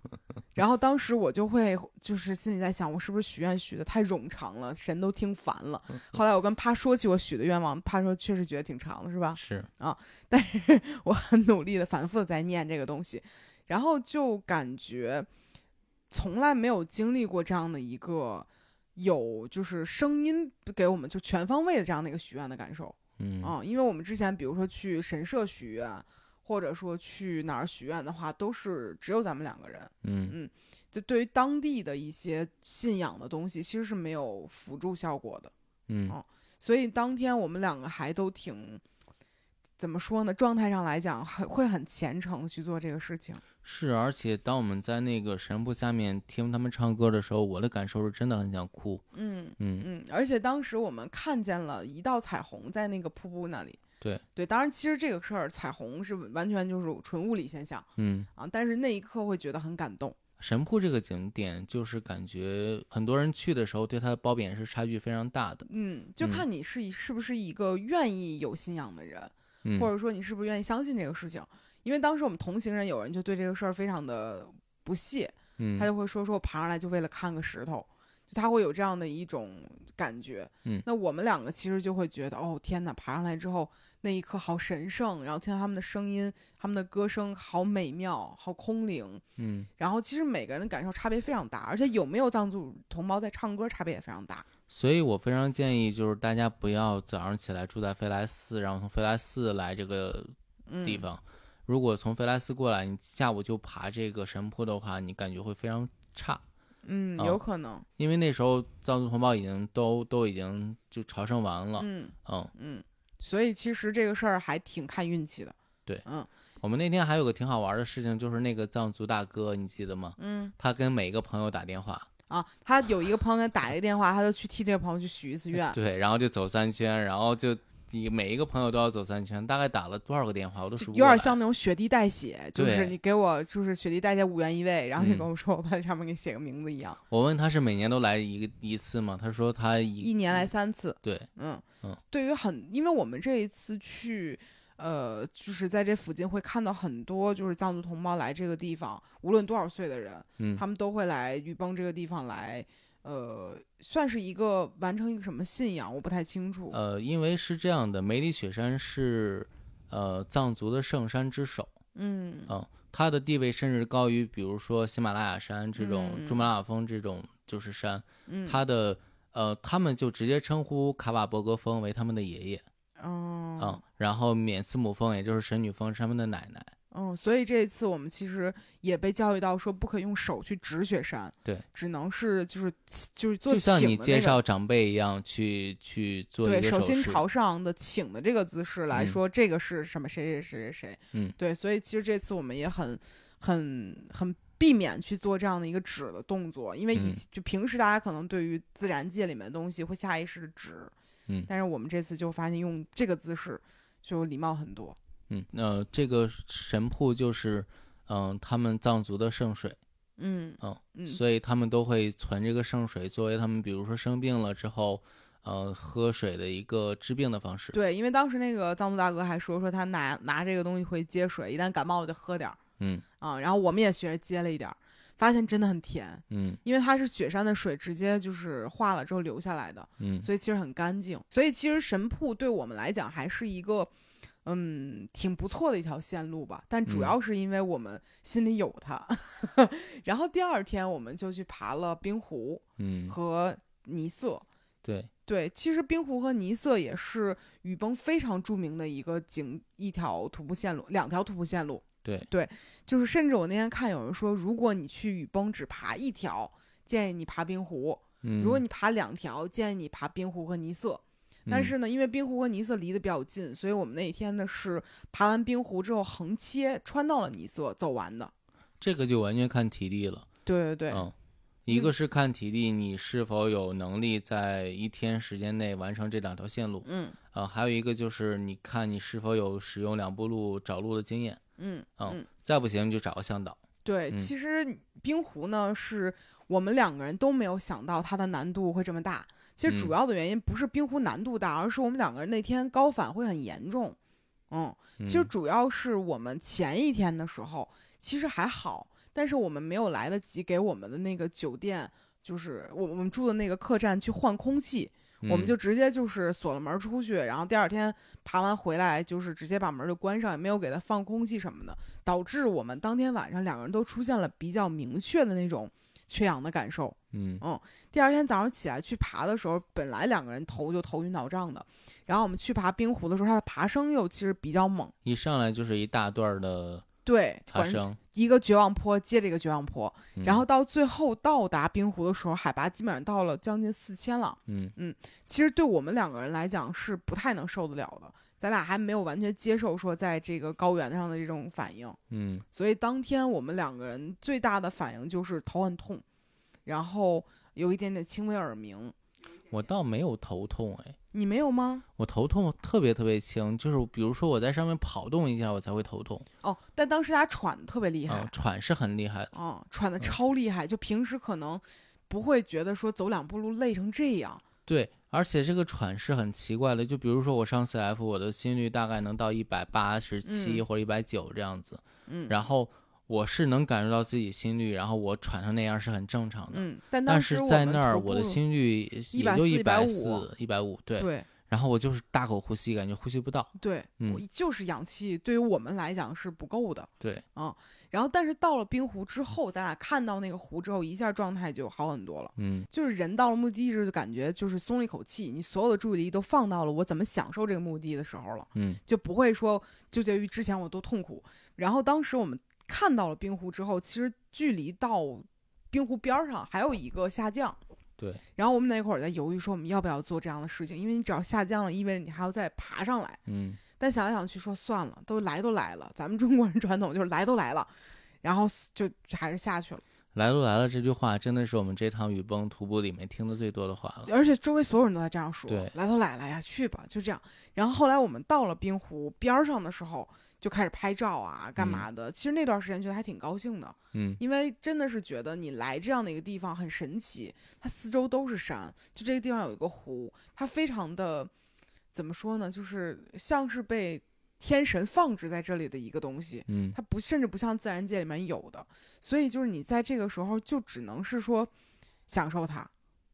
A: 然后当时我就会就是心里在想，我是不是许愿许的太冗长了，神都听烦 了。后来我跟帕说起我许的愿望，帕说确实觉得挺长的，是吧
B: 嗯？是
A: 但是我很努力的、反复的在念这个东西，然后就感觉从来没有经历过这样的一个有就是声音给我们就全方位的这样的一个许愿的感受。
B: 嗯
A: 嗯，因为我们之前比如说去神社许愿，或者说去哪儿许愿的话，都是只有咱们两个人，
B: 嗯
A: 就对于当地的一些信仰的东西，其实是没有辅助效果的。哦
B: 嗯
A: 所以当天我们两个还都挺，怎么说呢？状态上来讲，很会很虔诚地去做这个事情。
B: 是，而且当我们在那个神瀑下面听他们唱歌的时候，我的感受是真的很想哭，
A: 嗯
B: 嗯
A: 嗯，而且当时我们看见了一道彩虹在那个瀑布那里，
B: 对
A: 对，当然其实这个事儿彩虹是完全就是纯物理现象
B: 嗯，
A: 啊，但是那一刻会觉得很感动。
B: 神户这个景点就是感觉很多人去的时候对它的褒贬是差距非常大的，
A: 嗯，就
B: 嗯
A: 看你是是不是一个愿意有信仰的人，
B: 嗯，
A: 或者说你是不是愿意相信这个事情。因为当时我们同行人有人就对这个事儿非常的不屑，
B: 嗯
A: 他就会说说我爬上来就为了看个石头，就他会有这样的一种感觉。
B: 嗯
A: 那我们两个其实就会觉得，哦天哪，爬上来之后那一刻好神圣，然后听到他们的声音，他们的歌声好美妙，好空灵。
B: 嗯，
A: 然后其实每个人的感受差别非常大，而且有没有藏族同胞在唱歌差别也非常大。
B: 所以我非常建议就是大家不要早上起来住在飞来寺，然后从飞来寺来这个
A: 嗯，
B: 地方。如果从飞来寺过来，你下午就爬这个神坡的话，你感觉会非常差，
A: 嗯，
B: 啊
A: 有可能，
B: 因为那时候藏族同胞已经都都已经就朝圣完了。
A: 嗯。
B: 嗯，
A: 嗯，所以其实这个事儿还挺看运气的。
B: 对
A: 嗯
B: 我们那天还有个挺好玩的事情，就是那个藏族大哥，你记得吗？
A: 嗯
B: 他跟每一个朋友打电话，
A: 啊，他有一个朋友给他打一个电话，他就去替这个朋友去许一次愿，
B: 对，然后就走三圈，然后就你每一个朋友都要走三圈，大概打了多少个电话，我都数
A: 就
B: 不
A: 有
B: 过来
A: 点像那种雪地代写，就是
B: 对
A: 你给我就是雪地代写五元一位，然后你
B: 嗯
A: 跟我说我在上面给你写个名字一样，
B: 我问他是每年都来一个一次吗？他说他一
A: 一年来三次。
B: 对，
A: 嗯，
B: 嗯
A: 对于很，因为我们这一次去，呃，就是在这附近会看到很多就是藏族同胞来这个地方，无论多少岁的人，
B: 嗯
A: 他们都会来玉崩这个地方来，呃，算是一个完成一个什么信仰，我不太清楚。
B: 呃，因为是这样的，梅里雪山是呃藏族的圣山之首，
A: 嗯
B: 啊它的地位甚至高于比如说喜马拉雅山这种、
A: 嗯
B: 珠穆朗玛峰这种就是山，
A: 嗯，
B: 它的呃他们就直接称呼卡瓦伯格峰为他们的爷爷
A: 嗯
B: 啊、然后免斯姆峰也就是神女峰是他们的奶奶，
A: 嗯，所以这一次我们其实也被教育到说，不可以用手去指雪山，
B: 对，
A: 只能是就是就是做
B: 就像
A: 请
B: 你
A: 的
B: 介
A: 那个
B: 绍长辈一样去去做一
A: 对
B: 个
A: 手
B: 手
A: 心
B: 势，
A: 朝上的请的这个姿势来
B: 嗯
A: 说，这个是什么？谁谁谁谁谁？
B: 嗯，
A: 对，所以其实这次我们也很很很避免去做这样的一个指的动作，因为以、
B: 嗯
A: 就平时大家可能对于自然界里面的东西会下意识的指，
B: 嗯
A: 但是我们这次就发现用这个姿势就礼貌很多。
B: 嗯，呃，这个神瀑就是嗯、他们藏族的圣水。
A: 嗯
B: 哦
A: 嗯
B: 所以他们都会存这个圣水作为他们比如说生病了之后，呃，喝水的一个治病的方式。
A: 对，因为当时那个藏族大哥还说说他拿拿这个东西回接水，一旦感冒了就喝点儿
B: 嗯
A: 啊，然后我们也学着接了一点儿，发现真的很甜。
B: 嗯
A: 因为它是雪山的水直接就是化了之后流下来的，
B: 嗯，
A: 所以其实很干净。所以其实神瀑对我们来讲还是一个，嗯，挺不错的一条线路吧。但主
B: 嗯
A: 要是因为我们心里有它。 然后第二天我们就去爬了冰湖
B: 嗯，
A: 和尼色。
B: 对，
A: 对，其实冰湖和尼色也是雨崩非常著名的一个景，一条徒步线路，两条徒步线路。
B: 对
A: 就是甚至我那天看有人说，如果你去雨崩只爬一条，建议你爬冰湖；
B: 嗯，
A: 如果你爬两条，建议你爬冰湖和尼色。但
B: 嗯
A: 是呢，因为冰湖和尼色离得比较近，所以我们那一天呢是爬完冰湖之后横切穿到了尼色走完的。
B: 这个就完全看体力了。
A: 对对对，
B: 嗯，一个是看体力，你是否有能力在一天时间内完成这两条线路
A: 嗯
B: 啊、还有一个就是你看你是否有使用两步路找路的经验。
A: 嗯嗯
B: 嗯，再不行就找个向导。
A: 对，
B: 嗯
A: 其实冰湖呢是我们两个人都没有想到它的难度会这么大。其实主
B: 嗯
A: 要的原因不是冰湖难度大，而是我们两个人那天高反会很严重。嗯，其实
B: 嗯
A: 主要是我们前一天的时候其实还好，但是我们没有来得及给我们的那个酒店，就是我我们住的那个客栈去换空气，我们
B: 嗯
A: 就直接就是锁了门出去，然后第二天爬完回来就是直接把门就关上，也没有给它放空气什么的，导致我们当天晚上两个人都出现了比较明确的那种缺氧的感受。
B: 嗯
A: 第二天早上起来去爬的时候，本来两个人头就头晕脑胀的，然后我们去爬冰湖的时候，它的爬升又其实比较猛，
B: 一上来就是一大段儿的
A: 对，
B: 爬
A: 管是
B: 升，
A: 一个绝望坡接着一个绝望坡，
B: 嗯
A: 然后到最后到达冰湖的时候，海拔基本上到了将近四千了。
B: 嗯
A: 其实对我们两个人来讲是不太能受得了的，咱俩还没有完全接受说在这个高原上的这种反应，
B: 嗯
A: 所以当天我们两个人最大的反应就是头很痛，然后有一点点轻微耳鸣。
B: 我倒没有头痛哎，
A: 你没有吗？
B: 我头痛特别特别轻，就是比如说我在上面跑动一下，我才会头痛。
A: 哦，但当时他喘得特别厉害，
B: 啊，喘是很厉害的，
A: 哦，喘
B: 嗯
A: 的超厉害，就平时可能不会觉得说走两步路累成这样。
B: 对，而且这个喘是很奇怪的，就比如说我上次 F，我的心率大概能到一百八十七
A: 嗯
B: 或者一百九这样子，
A: 嗯，
B: 然后我是能感受到自己心率，然后我喘成那样是很正常的。
A: 嗯，但当
B: 但
A: 时
B: 是
A: 我
B: 在
A: 们
B: 那儿，
A: 徒步
B: 我的心率也就一百
A: 140
B: 四、一百五，对。
A: 对
B: 然后我就是大口呼吸，感觉呼吸不到。
A: 对，
B: 嗯
A: 我就是氧气对于我们来讲是不够的。
B: 对，
A: 然后，但是到了冰湖之后，咱俩看到那个湖之后，一下状态就好很多了。
B: 嗯，
A: 就是人到了目的地就感觉就是松了一口气，你所有的注意力都放到了我怎么享受这个目的地的时候了，
B: 嗯，
A: 就不会说纠结于之前我多痛苦。然后当时我们看到了冰湖之后，其实距离到冰湖边儿上还有一个下降。
B: 对。
A: 然后我们那会儿在犹豫说我们要不要做这样的事情，因为你只要下降了，意味着你还要再爬上来。
B: 嗯，
A: 但想来想去说算了，都来都来了，咱们中国人传统就是来都来了，然后就还是下去了。
B: 来都来了这句话真的是我们这趟雨崩徒步里面听的最多的话了。
A: 而且周围所有人都在这样说
B: 对，
A: 来都来了呀，去吧，就这样。然后后来我们到了冰湖边儿上的时候，就开始拍照啊，干嘛的？其实那段时间觉得还挺高兴的，
B: 嗯，
A: 因为真的是觉得你来这样的一个地方很神奇，它四周都是山，就这个地方有一个湖，它非常的怎么说呢，就是像是被天神放置在这里的一个东西。
B: 嗯，
A: 它不甚至不像自然界里面有的，所以就是你在这个时候就只能是说享受它，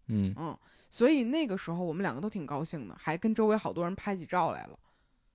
B: 嗯，
A: 嗯，所以那个时候我们两个都挺高兴的，还跟周围好多人拍起照来了，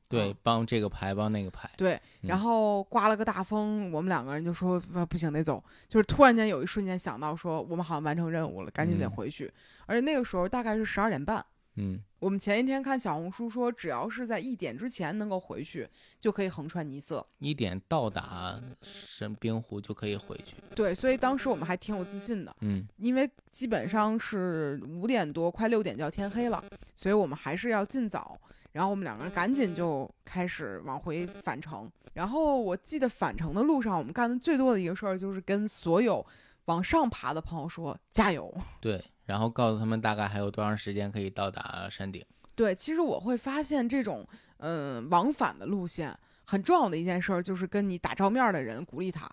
B: 对
A: 啊，
B: 帮这个排，帮那个排，
A: 对，
B: 嗯
A: 然后刮了个大风，我们两个人就说呃不不行得走，就是突然间有一瞬间想到说我们好像完成任务了，赶紧得
B: 嗯
A: 回去，而且那个时候大概是十二点半。
B: 嗯，
A: 我们前一天看小红书说，只要是在一点之前能够回去，就可以横穿尼色。
B: 一点到达神冰湖就可以回去。
A: 对，所以当时我们还挺有自信的。
B: 嗯，
A: 因为基本上是五点多，快六点就要天黑了，所以我们还是要尽早。然后我们两个人赶紧就开始往回返程。然后我记得返程的路上，我们干的最多的一个事儿就是跟所有往上爬的朋友说加油。
B: 对，然后告诉他们大概还有多长时间可以到达山顶。
A: 对，其实我会发现这种嗯、呃往返的路线很重要的一件事儿，就是跟你打照面儿的人鼓励他。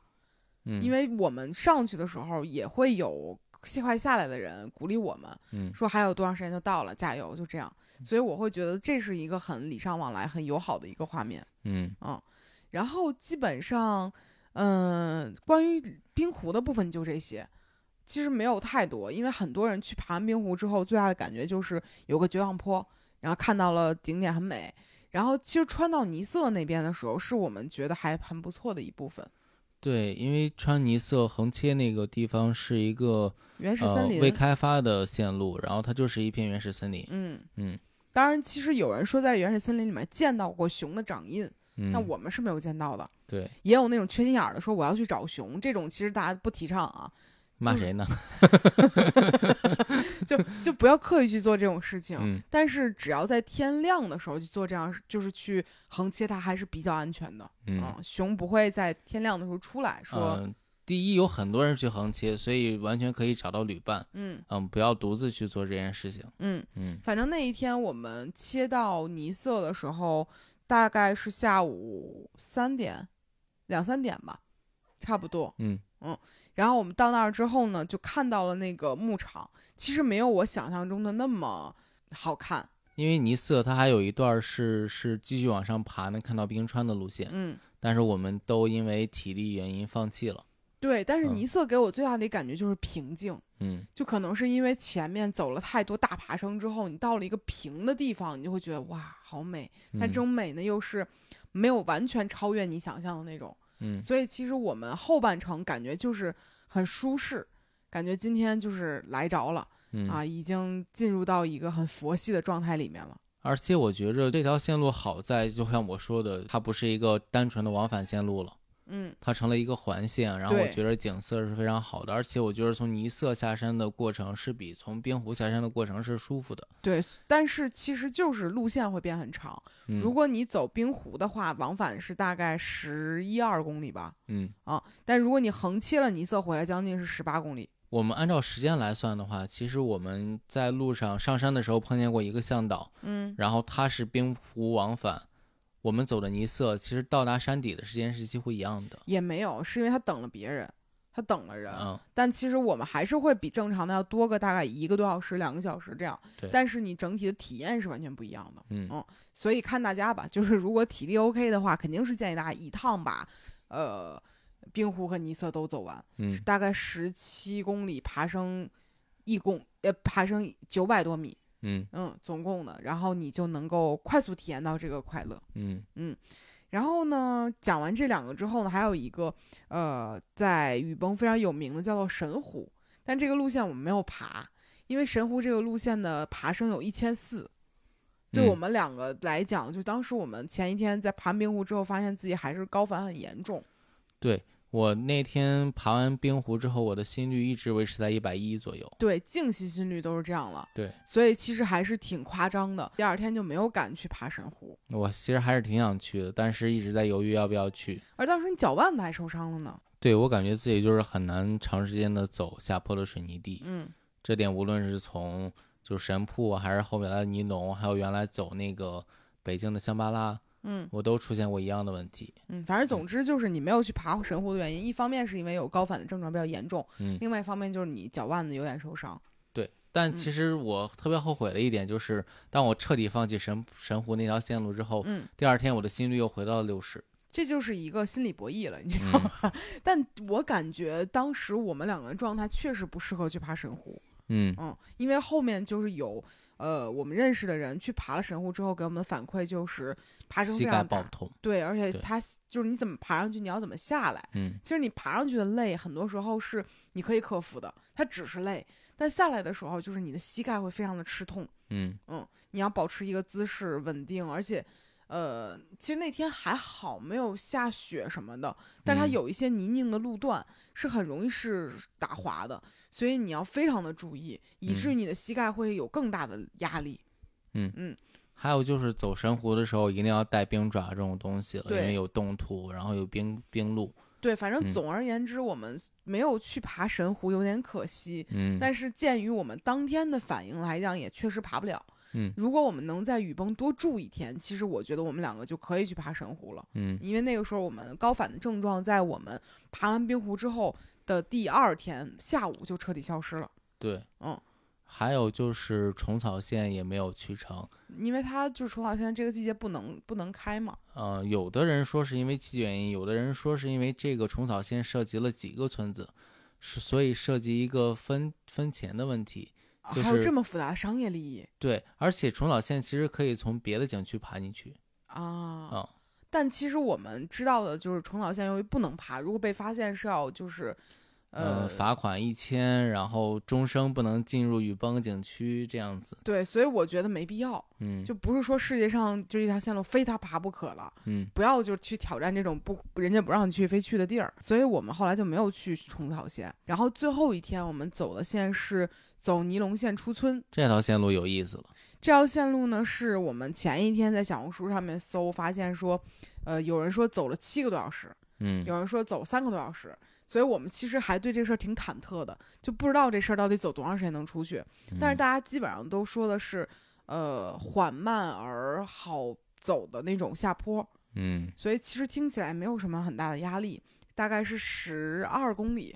B: 嗯，
A: 因为我们上去的时候也会有快下来的人鼓励我们，
B: 嗯
A: 说还有多长时间就到了，加油，就这样。所以我会觉得这是一个很礼尚往来、很友好的一个画面。
B: 嗯
A: 然后基本上，嗯、关于冰湖的部分就这些，其实没有太多，因为很多人去爬完冰湖之后，最大的感觉就是有个绝望坡，然后看到了景点很美。然后其实穿到尼色那边的时候，是我们觉得还很不错的一部分，
B: 对，因为川尼色横切那个地方是一个
A: 原始
B: 呃
A: 森林。
B: 未开发的线路，然后它就是一片原始森林。
A: 嗯
B: 嗯
A: 当然，其实有人说在原始森林里面见到过熊的掌印，
B: 嗯，
A: 但我们是没有见到的。
B: 对
A: 也有那种缺心眼儿的说我要去找熊，这种其实大家不提倡啊，
B: 骂
A: 就是
B: 谁呢？
A: 就就不要刻意去做这种事情。
B: 嗯
A: 但是只要在天亮的时候去做这样，就是去横切它还是比较安全的。
B: 嗯，
A: 熊不会在天亮的时候出来说，
B: 呃第一有很多人去横切，所以完全可以找到旅伴。
A: 嗯
B: 嗯，不要独自去做这件事情。
A: 嗯，
B: 嗯
A: 反正那一天我们切到尼色的时候，大概是下午三点，两三点吧，差不多。
B: 嗯
A: 然后我们到那儿之后呢，就看到了那个牧场，其实没有我想象中的那么好看。
B: 因为尼色它还有一段是是继续往上爬，能看到冰川的路线，
A: 嗯，
B: 但是我们都因为体力原因放弃了。
A: 对。但是
B: 嗯
A: 尼色给我最大的感觉就是平静，
B: 嗯，
A: 就可能是因为前面走了太多大爬升之后，你到了一个平的地方，你就会觉得哇，好美。
B: 嗯
A: 但这种美呢，又是没有完全超越你想象的那种。
B: 嗯
A: 所以其实我们后半程感觉就是很舒适，感觉今天就是来着了、
B: 嗯
A: 啊，已经进入到一个很佛系的状态里面了。
B: 而且我觉着这条线路好在，就像我说的，它不是一个单纯的往返线路了，
A: 嗯。
B: 它成了一个环线。然后我
A: 对
B: 觉着景色是非常好的，而且我觉得从尼色下山的过程是比从冰湖下山的过程是舒服的。
A: 对，但是其实就是路线会变很长。
B: 嗯，
A: 如果你走冰湖的话，往返是大概十一二公里吧。
B: 嗯，
A: 但如果你横切了尼色回来，将近是十八公里。
B: 我们按照时间来算的话，其实我们在路上上山的时候碰见过一个向导，
A: 嗯
B: 然后他是冰湖往返，我们走的尼色，其实到达山底的时间是几乎一样的。
A: 也没有，是因为他等了别人，他等了人。
B: 嗯，
A: 但其实我们还是会比正常的要多个大概一个多小时、两个小时这样
B: 对，
A: 但是你整体的体验是完全不一样的。
B: 嗯
A: 所以看大家吧，就是如果体力 OK 的话，肯定是建议大家一趟把，呃，冰湖和尼色都走完，
B: 嗯，
A: 大概十七公里爬升，一共呃爬升九百多米，
B: 嗯
A: 嗯，总共的，然后你就能够快速体验到这个快乐。
B: 嗯
A: 然后呢，讲完这两个之后呢，还有一个呃，在雨崩非常有名的叫做神湖，但这个路线我们没有爬，因为神湖这个路线的爬升有一千四，对
B: 嗯
A: 我们两个来讲，就当时我们前一天在爬冰湖之后，发现自己还是高反很严重。
B: 我那天爬完冰湖之后，我的心率一直维持在一百一左右。
A: 对，静息心率都是这样了，
B: 对
A: 所以其实还是挺夸张的。第二天就没有敢去爬神湖，
B: 我其实还是挺想去的，但是一直在犹豫要不要去。
A: 而当时你脚腕子还受伤了呢。
B: 对我感觉自己就是很难长时间的走下坡的水泥地，
A: 嗯
B: 这点无论是从就神瀑啊还是后面来的尼龙，还有原来走那个北京的香巴拉，
A: 嗯
B: 我都出现过一样的问题。
A: 嗯，反正总之就是你没有去爬神湖的原因，一方面是因为有高反的症状比较严重，
B: 嗯，
A: 另外一方面就是你脚腕子有点受伤。
B: 对。但
A: 嗯
B: 其实我特别后悔的一点就是，当我彻底放弃神神湖那条线路之后，
A: 嗯，
B: 第二天我的心率又回到了六十。
A: 这就是一个心理博弈了，你知道吗
B: 嗯？
A: 但我感觉当时我们两个人状态确实不适合去爬神湖，
B: 嗯
A: 嗯，因为后面就是有呃我们认识的人去爬了神湖之后给我们的反馈就是爬升非
B: 膝盖
A: 常
B: 爆
A: 大，
B: 痛。
A: 对，而且
B: 对
A: 他就是你怎么爬上去，你要怎么下来。
B: 嗯
A: 其实你爬上去的累，很多时候是你可以克服的，它只是累，但下来的时候就是你的膝盖会非常的吃痛。
B: 嗯
A: 你要保持一个姿势稳定，而且，呃，其实那天还好没有下雪什么的，但是它
B: 嗯
A: 有一些泥泞的路段是很容易是打滑的，所以你要非常的注意，以至于
B: 嗯
A: 你的膝盖会有更大的压力。
B: 还有就是走神湖的时候一定要带冰爪这种东西了，因
A: 对
B: 为有冻土，然后有冰冰路。
A: 对，反正
B: 嗯
A: 总而言之，我们没有去爬神湖，有点可惜。
B: 嗯，
A: 但是鉴于我们当天的反应来讲，也确实爬不了。
B: 嗯
A: 如果我们能在雨崩多住一天，其实我觉得我们两个就可以去爬神湖了。
B: 嗯
A: 因为那个时候我们高反的症状在我们爬完冰湖之后的第二天下午就彻底消失了，
B: 对，
A: 嗯。
B: 还有就是虫草线也没有去成，
A: 因为它就是除草现在这个季节不能不能开嘛，
B: 呃，有的人说是因为季节原因，有的人说是因为这个虫草线涉及了几个村子，是所以涉及一个分分钱的问题。
A: 啊
B: 就
A: 还有
B: 是
A: 这么复杂的商业利益
B: 对，而且虫草线其实可以从别的景区爬进去。
A: 啊。
B: 嗯
A: 但其实我们知道的就是虫草线由于不能爬，如果被发现是要就是，
B: 呃，罚款一千，然后终生不能进入雨崩景区这样子。
A: 对，所以我觉得没必要，
B: 嗯，
A: 就不是说世界上就一条线路非它爬不可了。
B: 嗯
A: 不要就是去挑战这种不人家不让你去非去的地儿，所以我们后来就没有去虫草线。然后最后一天我们走的线是走尼龙线出村，
B: 这条线路有意思了。
A: 这条线路呢是我们前一天在小红书上面搜，发现说，呃，有人说走了七个多小时，
B: 嗯
A: 有人说走三个多小时，所以我们其实还对这事儿挺忐忑的，就不知道这事儿到底走多长时间能出去。但是
B: 嗯
A: 大家基本上都说的是，呃，缓慢而好走的那种下坡，
B: 嗯
A: 所以其实听起来没有什么很大的压力，大概是十二公里，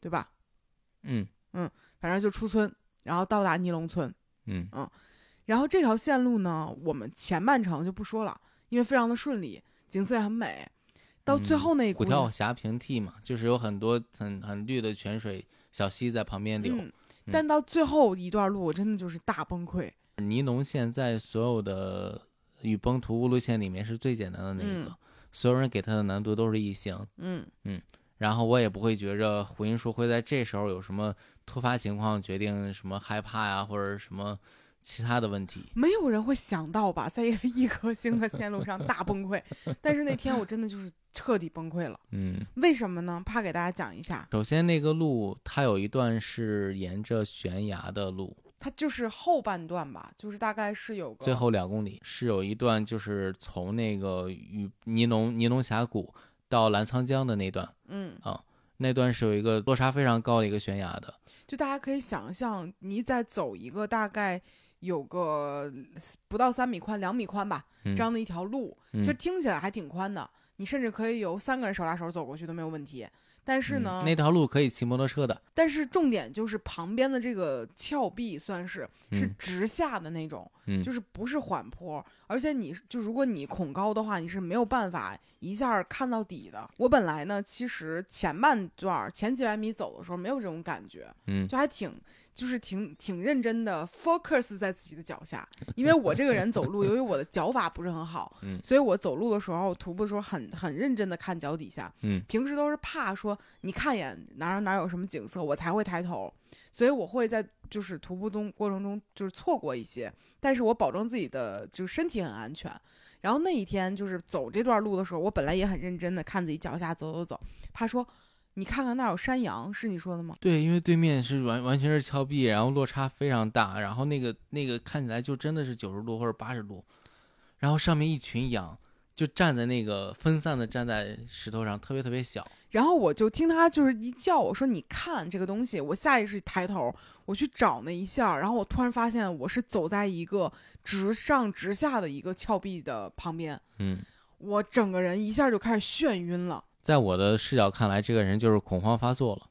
A: 对吧？
B: 嗯
A: 反正就出村，然后到达尼龙村。
B: 嗯
A: 然后这条线路呢，我们前半程就不说了，因为非常的顺利，景色也很美。到最
B: 嗯
A: 后那一
B: 虎
A: 股
B: 跳峡平替嘛，就是有很多很很绿的泉水小溪在旁边流。
A: 嗯，但到最后一段路，我真的就是大崩溃。
B: 尼龙线在所有的雨崩徒步路线里面是最简单的那一个，
A: 嗯
B: 所有人给它的难度都是一星。
A: 嗯，
B: 然后我也不会觉着胡英说会在这时候有什么突发情况决定什么害怕呀、或者什么其他的问题。
A: 没有人会想到吧，在一个 一颗星的线路上大崩 溃。但是那天我真的就是彻底崩溃了，
B: 嗯，
A: 为什么呢？怕给大家讲一下，
B: 首先那个路它有一段是沿着悬崖的路，
A: 它就是后半段吧，就是大概是有个
B: 最后两公里是有一段就是从那个雨尼龙尼龙峡谷到澜沧江的那段，
A: 嗯
B: 那段是有一个落差非常高的一个悬崖的。
A: 就大家可以想象，你在走一个大概有个不到三米宽、两米宽吧
B: 嗯
A: 这样的一条路，
B: 嗯
A: 其实听起来还挺宽的，你甚至可以由三个人手拉手走过去都没有问题。但是呢
B: 嗯，那条路可以骑摩托车的，
A: 但是重点就是旁边的这个峭壁算是是
B: 嗯
A: 直下的那种，
B: 嗯，
A: 就是不是缓坡，而且你就如果你恐高的话，你是没有办法一下儿看到底的。我本来呢，其实前半段儿前几百米走的时候没有这种感觉，
B: 嗯
A: 就还挺，就是挺挺认真的 focus 在自己的脚下，因为我这个人走 路，由于我的脚法不是很好，
B: 嗯
A: 所以我走路的时候，徒步的时候很很认真的看脚底下，
B: 嗯
A: 平时都是怕说你看一眼哪儿哪儿有什么景色，我才会抬头，所以我会在就是徒步中过程中就是错过一些，但是我保证自己的就是身体很安全。然后那一天就是走这段路的时候，我本来也很认真的看自己脚下走走走，怕说你看看那儿有山羊，是你说的吗？
B: 对，因为对面是完完全是峭壁，然后落差非常大，然后那个那个看起来就真的是九十度或者八十度，然后上面一群羊就站在那个分散的站在石头上，特别特别小。
A: 然后我就听他就是一叫我说：“你看这个东西。”我下意识抬头，我去找那一下儿，然后我突然发现我是走在一个直上直下的一个峭壁的旁边，
B: 嗯，
A: 我整个人一下就开始眩晕了，
B: 在我的视角看来，这个人就是恐慌发作了。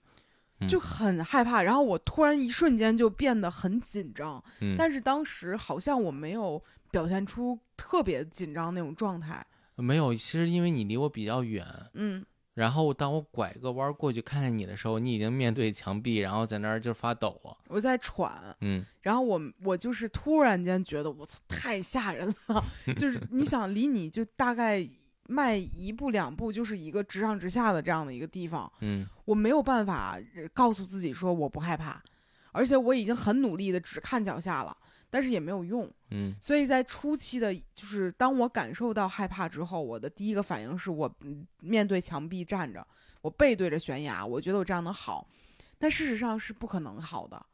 B: 嗯
A: 就很害怕。然后我突然一瞬间就变得很紧张，
B: 嗯，
A: 但是当时好像我没有表现出特别紧张那种状态。
B: 没有，其实因为你离我比较远，
A: 嗯，
B: 然后当我拐个弯儿过去看见你的时候，你已经面对墙壁，然后在那儿就发抖了。
A: 我在喘，
B: 嗯
A: 然后我我就是突然间觉得我操太吓人了，
B: 嗯
A: 就是你想离你就大概迈一步两步就是一个直上直下的这样的一个地方，
B: 嗯
A: 我没有办法呃告诉自己说我不害怕，而且我已经很努力的只看脚下了，但是也没有用。
B: 嗯
A: 所以在初期的，就是当我感受到害怕之后，我的第一个反应是我嗯面对墙壁站着，我背对着悬崖，我觉得我这样能好，但事实上是不可能好的，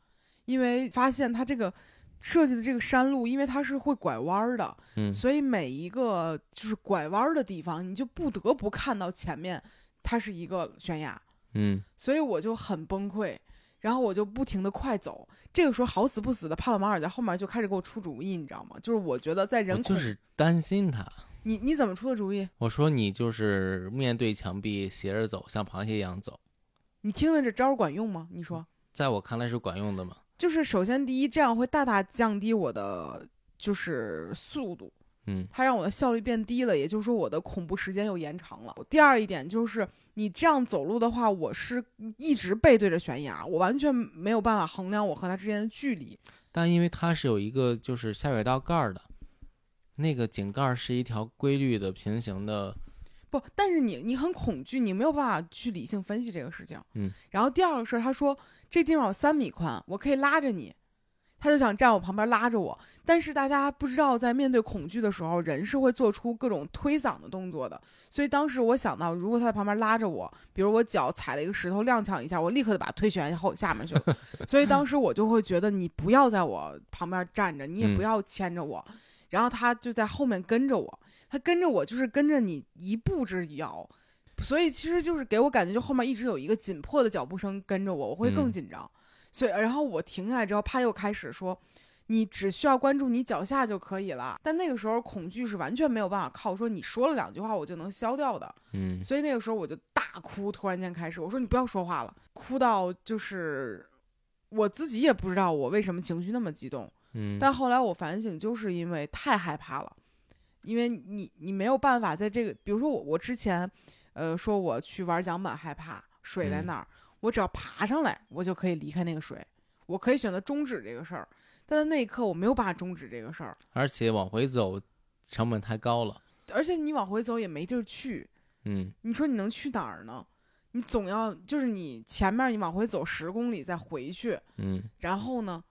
A: 因为发现它这个设计的这个山路，因为它是会拐弯儿的，
B: 嗯
A: 所以每一个就是拐弯儿的地方，你就不得不看到前面它是一个悬崖，
B: 嗯
A: 所以我就很崩溃，然后我就不停的快走。这个时候好死不死的帕洛马尔在后面就开始给我出主意，你知道吗？就是我觉得在
B: 嗯，
A: 人
B: 我
A: 恐、
B: 就是担心他。
A: 你你怎么出的主意？
B: 我说你就是面对墙壁斜着走，像螃蟹一样走，
A: 你听听这招儿管用吗？你说，
B: 在我看来是管用的嘛。
A: 就是首先第一，这样会大大降低我的就是速度，
B: 嗯
A: 它让我的效率变低了，也就是说我的恐怖时间又延长了。第二一点就是，你这样走路的话，我是一直背对着悬崖，我完全没有办法衡量我和它之间的距离。
B: 但因为它是有一个就是下水道盖儿的，那个井盖儿是一条规律的平行的，
A: 不，但是你你很恐惧，你没有办法去理性分析这个事情。
B: 嗯。
A: 然后第二个事儿，他说这地方有三米宽，我可以拉着你，他就想站我旁边拉着我。但是大家不知道，在面对恐惧的时候，人是会做出各种推搡的动作的。所以当时我想到，如果他在旁边拉着我，比如我脚踩了一个石头踉跄一下，我立刻就把他推悬崖后下面去了。所以当时我就会觉得，你不要在我旁边站着，你也
B: 嗯
A: 不要牵着我。然后他就在后面跟着我，他跟着我就是跟着你一步之遥，所以其实就是给我感觉，就后面一直有一个紧迫的脚步声跟着我，我会更
B: 嗯
A: 紧张。所以，然后我停下来之后，他又开始说：“你只需要关注你脚下就可以了。”但那个时候恐惧是完全没有办法靠说你说了两句话我就能消掉的。
B: 嗯
A: 所以那个时候我就大哭，突然间开始，我说你不要说话了，哭到就是我自己也不知道我为什么情绪那么激动。
B: 嗯，
A: 但后来我反省，就是因为太害怕了，因为你你没有办法在这个，比如说我我之前，呃，说我去玩桨板害怕水在
B: 嗯
A: 那儿，我只要爬上来，我就可以离开那个水，我可以选择终止这个事儿，但在那一刻我没有办法终止这个事儿，
B: 而且往回走成本太高了。
A: 而且你往回走也没地儿去，
B: 嗯
A: 你说你能去哪儿呢？你总要就是你前面你往回走十公里再回去，
B: 嗯
A: 然后呢，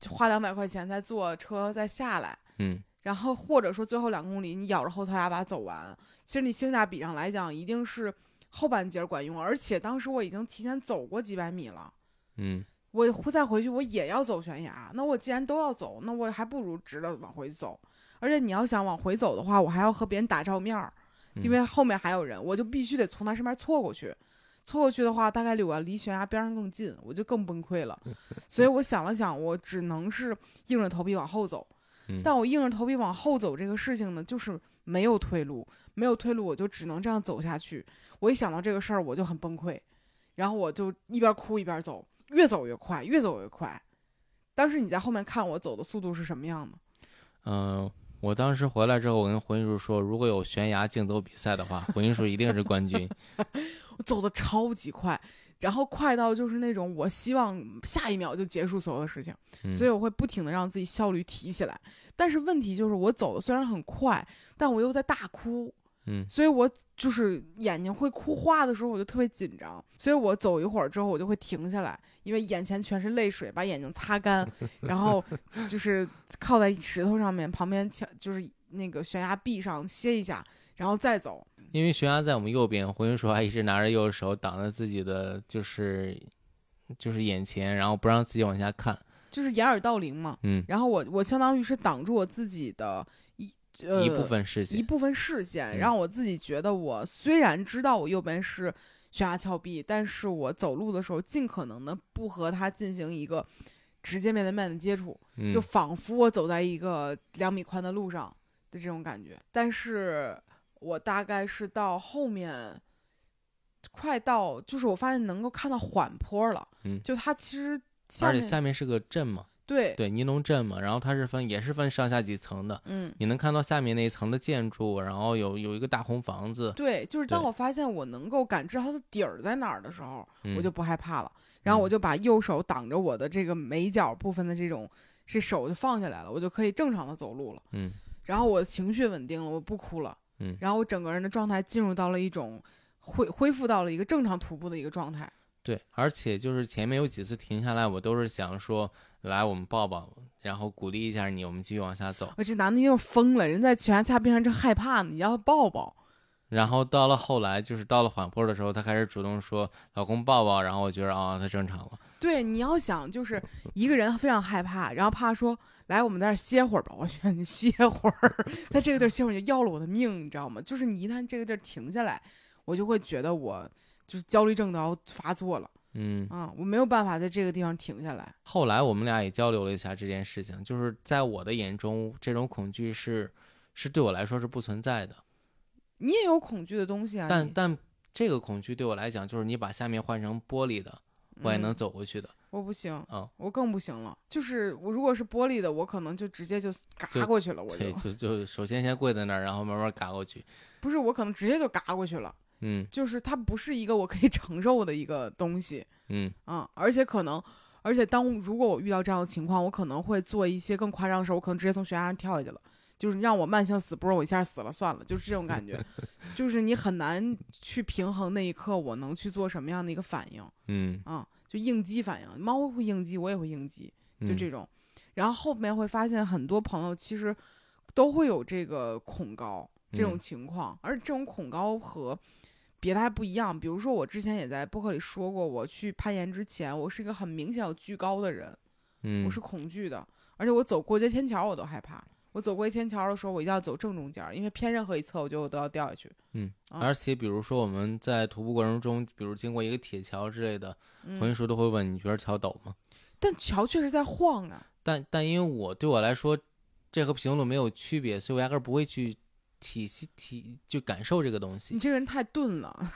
A: 就花两百块钱再坐车再下来。
B: 嗯，
A: 然后或者说最后两公里你咬着后槽牙把它走完，其实你性价比上来讲一定是后半截儿管用，而且当时我已经提前走过几百米了。
B: 嗯，
A: 我回再回去，我也要走悬崖。那我既然都要走，那我还不如直着往回走。而且你要想往回走的话，我还要和别人打照面儿，
B: 嗯
A: 因为后面还有人，我就必须得从他身边错过去。凑过去的话，大概离我离悬崖边上更近，我就更崩溃 了。所以我想了想，我只能是硬着头皮往后走。
B: 嗯
A: 但我硬着头皮往后走这个事情呢，就是没有退路，没有退路，我就只能这样走下去。我一想到这个事儿，我就很崩溃，然后我就一边哭一边走，越走越快，越走越快。当时你在后面看我走的速度是什么样的？
B: 嗯，我当时回来之后，我跟胡云树说，如果有悬崖竞走比赛的话，胡云树一定是冠军。
A: 我走的超级快，然后快到就是那种我希望下一秒就结束所有的事情。
B: 嗯、
A: 所以我会不停的让自己效率提起来。但是问题就是，我走的虽然很快，但我又在大哭，
B: 嗯
A: 所以我就是眼睛会哭花的时候，我就特别紧张。所以我走一会儿之后，我就会停下来，因为眼前全是泪水，把眼睛擦 干，然后就是靠在石头上面，旁边墙就是那个悬崖壁上歇一下，然后再走。
B: 因为悬崖在我们右边，胡云树还一直拿着右手挡在自己的就是就是眼前，然后不让自己往下看。
A: 就是掩耳盗铃嘛，
B: 嗯，
A: 然后我我相当于是挡住我自己的一呃
B: 一部分事
A: 一
B: 情。
A: 部分视线，
B: 嗯
A: 让我自己觉得我虽然知道我右边是悬崖峭壁，但是我走路的时候尽可能的不和它进行一个直接面对面的接触，
B: 嗯
A: 就仿佛我走在一个两米宽的路上的这种感觉。但是我大概是到后面。快到，就是我发现能够看到缓坡了，
B: 嗯
A: 就它其实下
B: 而且
A: 面
B: 下面是个镇嘛，
A: 对，
B: 对，尼龙镇嘛，然后它是分也是分上下几层的，
A: 嗯，
B: 你能看到下面那一层的建筑，然后有有一个大红房子，
A: 对，就是当
B: 对
A: 我发现我能够感知它的底儿在哪儿的时候，
B: 嗯
A: 我就不害怕了。然后我
B: 嗯
A: 就把右手挡着我的这个眉角部分的这种这手就放下来了，我就可以正常的走路了。
B: 嗯
A: 然后我的情绪稳定了，我不哭了。
B: 嗯
A: 然后我整个人的状态进入到了一种恢恢复到了一个正常徒步的一个状态。
B: 对，而且就是前面有几次停下来，我都是想说来我们抱抱，然后鼓励一下你，我们继续往下走。
A: 我这男的又疯了，人在悬崖峭壁上这害怕呢，你要抱抱。
B: 然后到了后来，就是到了缓坡的时候，他开始主动说老公抱抱，然后我觉得啊、他正常了，
A: 对，你要想就是一个人非常害怕，然后怕说来我们在这儿歇会儿吧，我想你歇会儿， 在这个地儿歇会儿你就要了我的命，你知道吗？就是你一旦这个地儿停下来，我就会觉得我就是焦虑症都要发作了
B: 嗯。
A: 啊、我没有办法在这个地方停下来。
B: 后来我们俩也交流了一下这件事情，就是在我的眼中，这种恐惧是是对我来说是不存在的，
A: 你也有恐惧的东西啊，
B: 但
A: 你
B: 但这个恐惧对我来讲，就是你把下面换成玻璃的，我也能
A: 嗯
B: 走过去的。
A: 我不行，
B: 嗯
A: 我更不行了。就是我如果是玻璃的，我可能就直接就嘎
B: 就
A: 过去了，我就
B: 对，就就首先先跪在那儿，然后慢慢嘎过去。
A: 不是我可能直接就嘎过去了，
B: 嗯
A: 就是它不是一个我可以承受的一个东西。
B: 嗯
A: 嗯，而且可能，而且当如果我遇到这样的情况，我可能会做一些更夸张的事儿，我可能直接从悬崖上跳下去了，就是让我慢性死不是我一下死了算了，就是这种感觉，就是你很难去平衡那一刻我能去做什么样的一个反应
B: 嗯，
A: 啊、就应激反应，猫会应激，我也会应激，就
B: 嗯
A: 这种。然后后面会发现很多朋友其实都会有这个恐高这种
B: 嗯
A: 情况，而这种恐高和别的还不一样。比如说我之前也在播客里说过，我去攀岩之前，我是一个很明显有惧高的人，
B: 嗯
A: 我是恐惧的，而且我走过街天桥我都害怕。我走过街天桥的时候，我一定要走正中间儿，因为偏任何一侧，我觉得我都要掉下去。啊
B: 而且比如说我们在徒步过程中，比如经过一个铁桥之类的，朋友
A: 嗯，
B: 说都会问你觉得桥陡吗？
A: 但桥确实在晃啊。
B: 但但因为我对我来说，这和评论没有区别，所以我压根儿不会去体系体就感受这个东
A: 你
B: 西。
A: 这个人太钝了，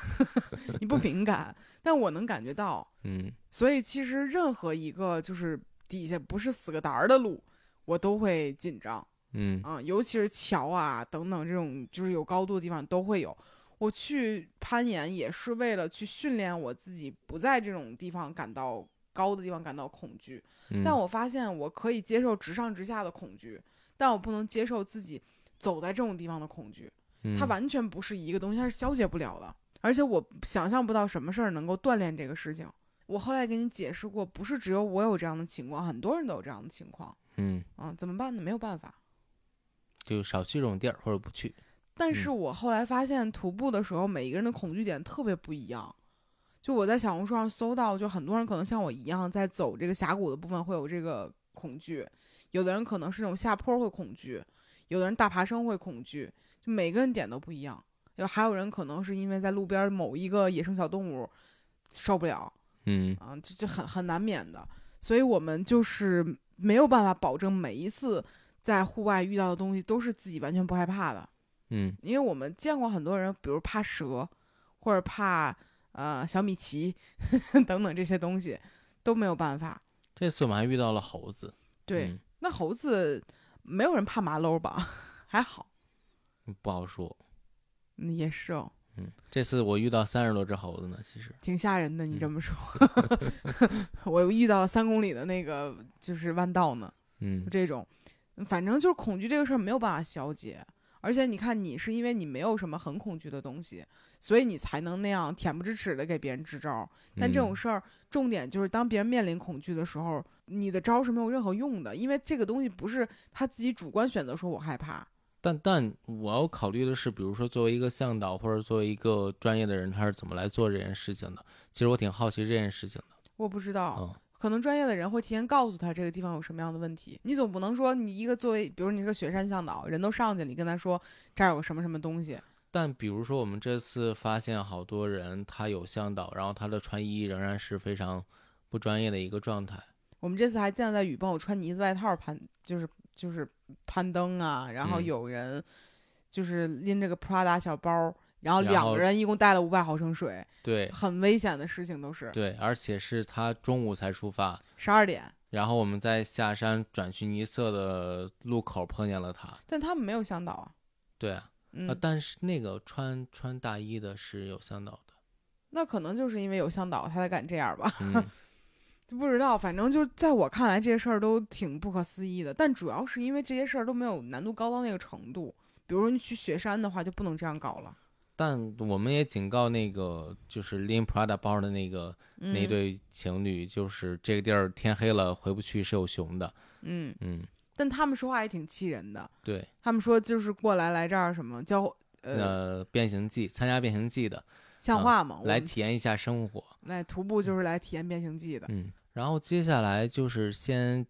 A: 你不敏感，但我能感觉到。
B: 嗯
A: 所以其实任何一个就是底下不是死个胆儿的路，我都会紧张
B: 嗯
A: 啊、尤其是桥啊等等这种就是有高度的地方都会有。我去攀岩也是为了去训练我自己，不在这种地方感到高的地方感到恐惧。
B: 嗯，
A: 但我发现我可以接受直上直下的恐惧，但我不能接受自己走在这种地方的恐惧。它
B: 嗯
A: 完全不是一个东西，它是消解不了的。而且我想象不到什么事儿能够锻炼这个事情。我后来给你解释过，不是只有我有这样的情况，很多人都有这样的情况。
B: 嗯，
A: 嗯，怎么办呢？没有办法。
B: 就少去这种地儿或者不去。
A: 但是我后来发现，徒步的时候，每一个人的恐惧点特别不一样。就我在小红书上搜到，就很多人可能像我一样，在走这个峡谷的部分会有这个恐惧，有的人可能是那种下坡会恐惧，有的人大爬升会恐惧，就每个人点都不一样。有还有人可能是因为在路边某一个野生小动物受不了
B: 嗯
A: 啊，这这很很难免的。所以我们就是没有办法保证每一次在户外遇到的东西都是自己完全不害怕的，
B: 嗯
A: 因为我们见过很多人，比如怕蛇，或者怕呃小米奇 等等这些东西都没有办法。
B: 这次我们还遇到了猴子，
A: 对，
B: 嗯
A: 那猴子没有人怕麻溜儿吧？ 还好，
B: 不好说。
A: 嗯，也是哦，
B: 嗯，这次我遇到三十多只猴子呢，其实
A: 挺吓人的。你
B: 嗯
A: 这么说， 我遇到了三公里的那个就是弯道呢，
B: 嗯
A: 就这种，反正就是恐惧这个事儿没有办法消解。而且你看，你是因为你没有什么很恐惧的东西，所以你才能那样恬不知耻的给别人支招。但这种
B: 嗯
A: 事儿，重点就是当别人面临恐惧的时候，你的招是没有任何用的，因为这个东西不是他自己主观选择说我害怕，
B: 但但我要考虑的是，比如说作为一个向导或者作为一个专业的人，他是怎么来做这件事情的？其实我挺好奇这件事情的。
A: 我不知道。
B: 嗯
A: 可能专业的人会提前告诉他这个地方有什么样的问题。你总不能说你一个作为，比如你是个雪山向导，人都上去了，你跟他说这儿有个什么什么东西，
B: 但比如说我们这次发现好多人他有向导，然后他的穿衣仍然是非常不专业的一个状态。
A: 我们这次还见到在雨崩有穿呢子外套攀，就是就是攀登啊，然后
B: 嗯
A: 有人就是拎着个 Prada 小包，然后
B: 然
A: 两
B: 后
A: 个人一共带了五百毫升水，
B: 对
A: 很危险的事情都是
B: 对，而且是他中午才出发，
A: 十二点，
B: 然后我们在下山转去尼色的路口碰见了他。
A: 但他们没有向导啊，
B: 对啊，
A: 嗯，
B: 啊但是那个穿穿大衣的是有向导的。
A: 那可能就是因为有向导，他才敢这样吧。
B: 嗯
A: 就不知道，反正就是在我看来，这些事儿都挺不可思议的。但主要是因为这些事儿都没有难度高到那个程度。比如说你去雪山的话，就不能这样搞了。
B: 但我们也警告那个就是拎 Prada 包的那个、
A: 嗯、
B: 那，对情侣，就是这个地儿天黑了回不去是有熊的。
A: 嗯，
B: 嗯，
A: 但他们说话也挺气人的。
B: 对，
A: 他们说就是过来来这儿什么教呃
B: 呃，变形记参加变形记的
A: 像话嘛，我
B: 来
A: 们
B: 体验一下生活。
A: 来徒步就是来体验变形记的。
B: 嗯，然后接下来就是先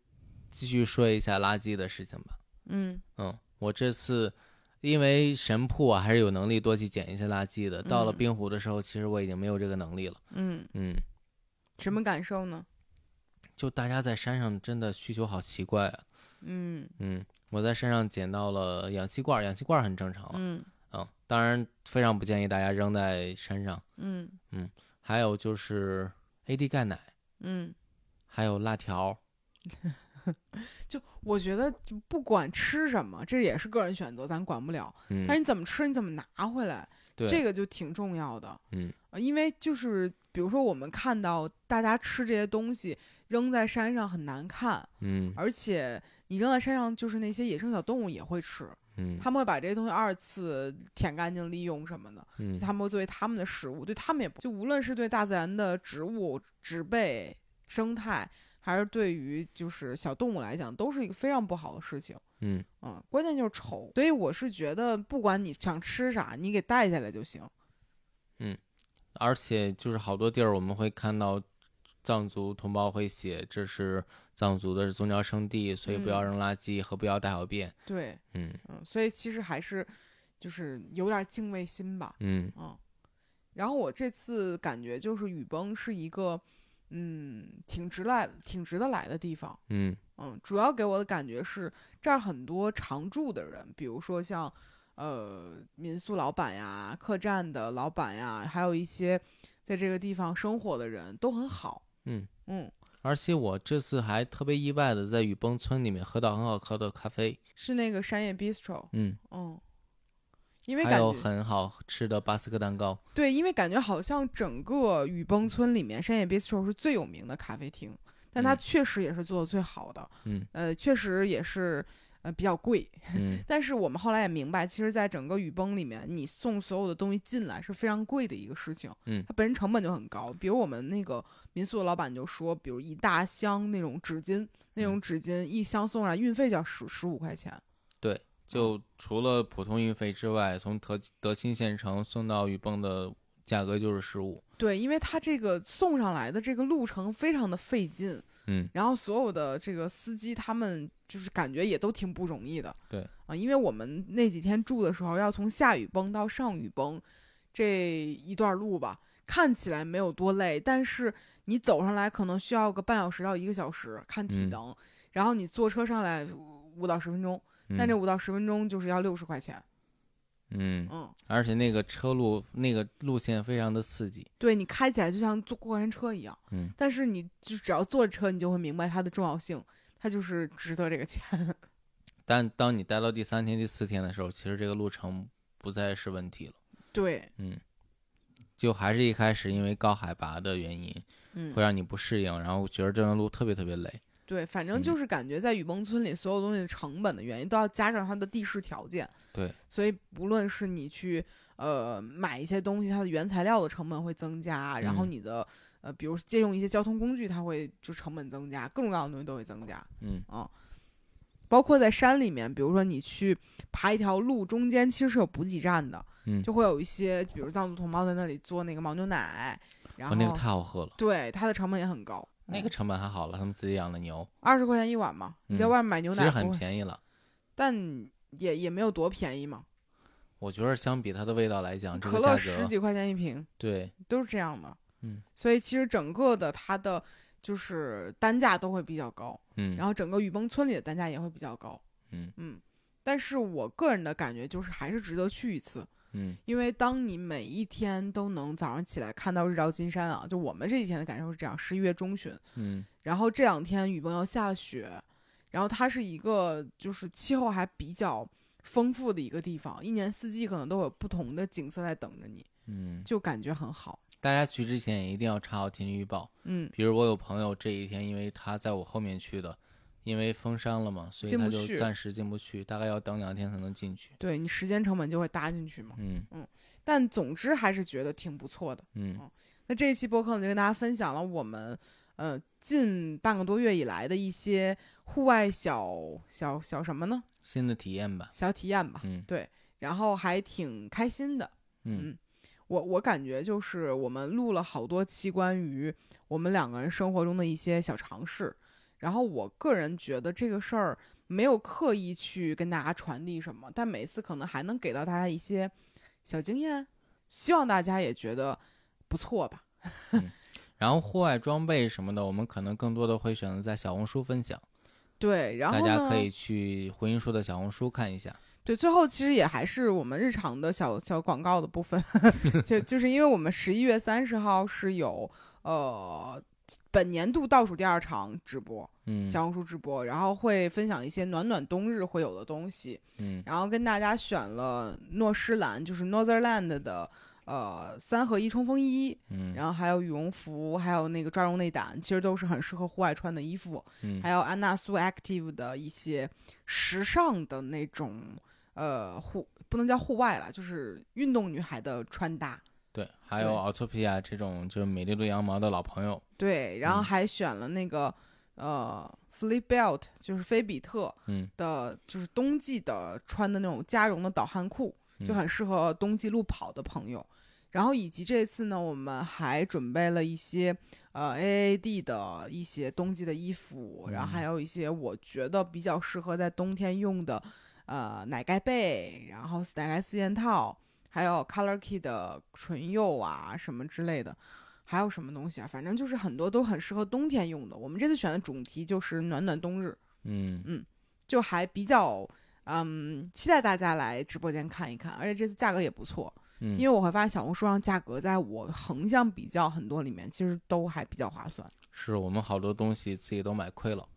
B: 继续说一下垃圾的事情吧。
A: 嗯
B: 嗯，我这次因为神铺啊还是有能力多去捡一些垃圾的，到了
A: 嗯
B: 冰湖的时候，其实我已经没有这个能力了。
A: 嗯，
B: 嗯，
A: 什么感受呢？
B: 就大家在山上真的需求好奇怪啊。
A: 嗯
B: 嗯，我在山上捡到了氧气罐儿，氧气罐儿很正常了。嗯
A: 嗯
B: 当然非常不建议大家扔在山上。
A: 嗯
B: 还有就是 AD 钙奶，
A: 嗯，
B: 还有辣条。
A: 就我觉得就不管吃什么，这也是个人选择，咱管不了。
B: 嗯
A: 但，是你怎么吃，你怎么拿回来，
B: 对，
A: 这个就挺重要的。
B: 嗯
A: 呃，因为就是比如说我们看到大家吃这些东西扔在山上很难看，
B: 嗯
A: 而且你扔在山上，就是那些野生小动物也会吃，
B: 嗯
A: 他们会把这些东西二次舔干净利用什么的，
B: 嗯，
A: 他们会作为他们的食物，对他们也不就无论是对大自然的植物、植被、生态，还是对于就是小动物来讲，都是一个非常不好的事情。
B: 嗯
A: 嗯，关键就是丑，所以我是觉得，不管你想吃啥，你给带下来就行。
B: 而且就是好多地儿我们会看到藏族同胞会写这是藏族的宗教圣地，所以不要
A: 嗯
B: 扔垃圾和不要大小便。
A: 对，
B: 嗯
A: 嗯，所以其实还是就是有点敬畏心吧，
B: 嗯
A: 嗯。然后我这次感觉就是雨崩是一个，嗯，挺直来、挺值得来的地方，
B: 嗯
A: 嗯。主要给我的感觉是这儿很多常住的人，比如说像，呃，民宿老板呀、客栈的老板呀，还有一些在这个地方生活的人都很好，
B: 嗯
A: 嗯，
B: 而且我这次还特别意外的在雨崩村里面喝到很好喝的咖啡。
A: 是那个山野 bistro，
B: 嗯。
A: 嗯。因为
B: 还
A: 感
B: 有
A: 觉
B: 很好吃的巴斯克蛋糕。
A: 对，因为感觉好像整个雨崩村里面，山野 bistro 是最有名的咖啡厅，但它
B: 嗯
A: 确实也是做的最好的，
B: 嗯
A: 呃，确实也是呃比较贵。
B: 嗯
A: 但是我们后来也明白，其实，在整个雨崩里面，你送所有的东西进来是非常贵的一个事情，
B: 嗯
A: 它本身成本就很高。比如我们那个民宿的老板就说，比如一大箱那种纸巾，那种
B: 嗯
A: 纸巾一箱送来，运费就要十十五块钱。
B: 就除了普通运费之外，从德德钦县城送到雨崩的价格就是十五。
A: 对，因为它这个送上来的这个路程非常的费劲，
B: 嗯
A: 然后所有的这个司机他们就是感觉也都挺不容易的。
B: 对
A: 啊，因为我们那几天住的时候要从下雨崩到上雨崩这一段路吧，看起来没有多累，但是你走上来可能需要个半小时到一个小时，看体
B: 嗯
A: 能。然后你坐车上来五到十分钟，但这
B: 嗯
A: 五到十分钟就是要六十块钱。
B: 嗯，
A: 嗯，
B: 而且那个车路那个路线非常的刺激，
A: 对你开起来就像坐过山车一样。
B: 嗯，
A: 但是你就只要坐着车，你就会明白它的重要性，它就是值得这个钱。
B: 但当你待到第三天、第四天的时候，其实这个路程不再是问题了。
A: 对，
B: 嗯，就还是一开始因为高海拔的原因，
A: 嗯
B: 会，让你不适应，然后觉得这段路特别特别累。
A: 对，反
B: 嗯
A: 正就是感觉在雨崩村里，所有东西的成本的原因都要加上它的地势条件。
B: 对，
A: 所以不论是你去呃买一些东西，它的原材料的成本会增加，然后
B: 嗯
A: 你的、呃，比如借用一些交通工具，它会就成本增加，各种各样的东西都会增加。
B: 嗯
A: 啊包括在山里面，比如说你去爬一条路，中间其实是有补给站的，
B: 嗯，
A: 就会有一些，比如藏族同胞在那里做那个牦牛奶，然后、
B: 我、哦
A: 嗯
B: 那个太好喝了，
A: 对它的成本也很高，
B: 那个成本还好了，他们自己养的牛，
A: 二十块钱一碗嘛，你在
B: 嗯
A: 外面买牛
B: 其
A: 奶
B: 实
A: 不
B: 很
A: 会
B: 便宜了。
A: 但也也没有多便宜嘛，
B: 我觉得相比它的味道来讲，啊这
A: 可
B: 个
A: 乐
B: 价
A: 十
B: 格
A: 几块钱一瓶
B: 对，
A: 都是这样的，
B: 嗯，
A: 所以其实整个的它的就是单价都会比较高，
B: 嗯
A: 然后整个雨崩村里的单价也会比较高，
B: 嗯
A: 嗯，但是我个人的感觉就是还是值得去一次，
B: 嗯
A: 因为当你每一天都能早上起来看到日照金山啊，就我们这几天的感受是这样，十一月中旬，
B: 嗯
A: 然后这两天雨崩要下雪，然后它是一个就是气候还比较丰富的一个地方，一年四季可能都有不同的景色在等着你，
B: 嗯，
A: 就感觉很好。
B: 大家去之前也一定要查好天气预报。
A: 嗯，
B: 比如我有朋友这一天，因为他在我后面去的，因为封山了嘛，所以
A: 进
B: 他
A: 不
B: 就
A: 去
B: 暂时进不去，大概要等两天才能进去。
A: 对你时间成本就会搭进去嘛。
B: 嗯
A: 但总之还是觉得挺不错的。
B: 嗯
A: 那这一期播客呢，就跟大家分享了我们呃近半个多月以来的一些户外小小小什么呢？
B: 新的体验吧。
A: 小体验吧。
B: 嗯
A: 然后还挺开心的。
B: 嗯
A: 我我感觉就是我们录了好多期关于我们两个人生活中的一些小尝试，然后我个人觉得这个事儿没有刻意去跟大家传递什么，但每次可能还能给到大家一些小经验，希望大家也觉得不错吧。
B: 然后户外装备什么的，我们可能更多的会选择在小红书分享，
A: 对，然
B: 大
A: 后
B: 家
A: 呢
B: 可？以去回音树的小红书看一下。
A: 对，最后其实也还是我们日常的小小广告的部 分，就就是因为我们十一月三十号是有呃本年度倒数第二场直播，
B: 嗯
A: 小红书直播，然后会分享一些暖暖冬日会有的东西，
B: 嗯
A: 然后跟大家选了诺诗兰，就是 Northernland 的呃三合一冲锋衣，
B: 嗯
A: 然后还有羽绒服，还有那个抓绒内胆，其实都是很适合户外穿的衣服，
B: 嗯
A: 还有安娜苏 Active 的一些时尚的那种呃户不能叫户外了，就是运动女孩的穿搭。
B: 对，还有 Autopia 这种就是美丽露羊毛的老朋友。
A: 对，然后
B: 嗯
A: 还选了那个、呃 Flip Belt，就是菲比特，
B: 嗯
A: 的，就是冬季的穿的那种加绒的导汗裤，就
B: 嗯
A: 很适合冬季路跑的朋友。然后以及这次呢，我们还准备了一些呃 AAD 的一些冬季的衣
B: 嗯
A: 服，然后还有一些我觉得比较适合在冬天用的呃奶盖被，然后奶盖四件套，还有 Color Key 的唇釉啊什么之类的。还有什么东西啊？反正就是很多都很适合冬天用的。我们这次选的主题就是暖暖冬日，
B: 嗯
A: 就还比较，嗯，期待大家来直播间看一看，而且这次价格也不错，
B: 嗯，
A: 因为我会发现小红书上价格在我横向比较很多里面，其实都还比较划算，
B: 是我们好多东西自己都买亏了。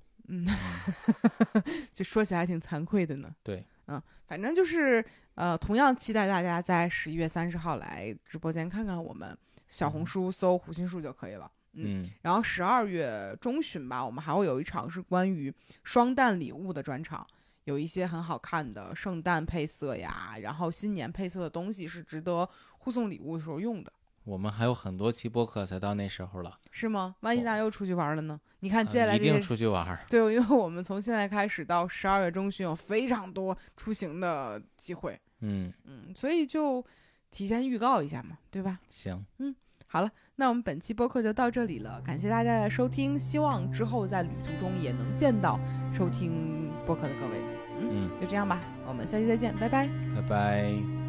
A: 就说起来还挺惭愧的呢。
B: 对，
A: 嗯，反正就是，呃，同样期待大家在十一月三十号来直播间看看我们小红书搜“胡心树”就可以了。
B: 嗯
A: 然后十二月中旬吧，我们还会有一场是关于双旦礼物的专场，有一些很好看的圣诞配色呀，然后新年配色的东西是值得互送礼物的时候用的，
B: 我们还有很多期播客才到那时候了，
A: 是吗？万一
B: 哦
A: 大家又出去玩了呢？你看接下
B: 嗯
A: 来
B: 一
A: 这
B: 定
A: 些
B: 出去玩儿。
A: 对，因为我们从现在开始到十二月中旬有非常多出行的机会，
B: 嗯，
A: 嗯，所以就提前预告一下嘛，对吧？
B: 行，
A: 好了，那我们本期播客就到这里了，感谢大家的收听，希望之后在旅途中也能见到收听播客的各位们。嗯，
B: 嗯，
A: 就这样吧，我们下期再见，拜拜。
B: 拜拜。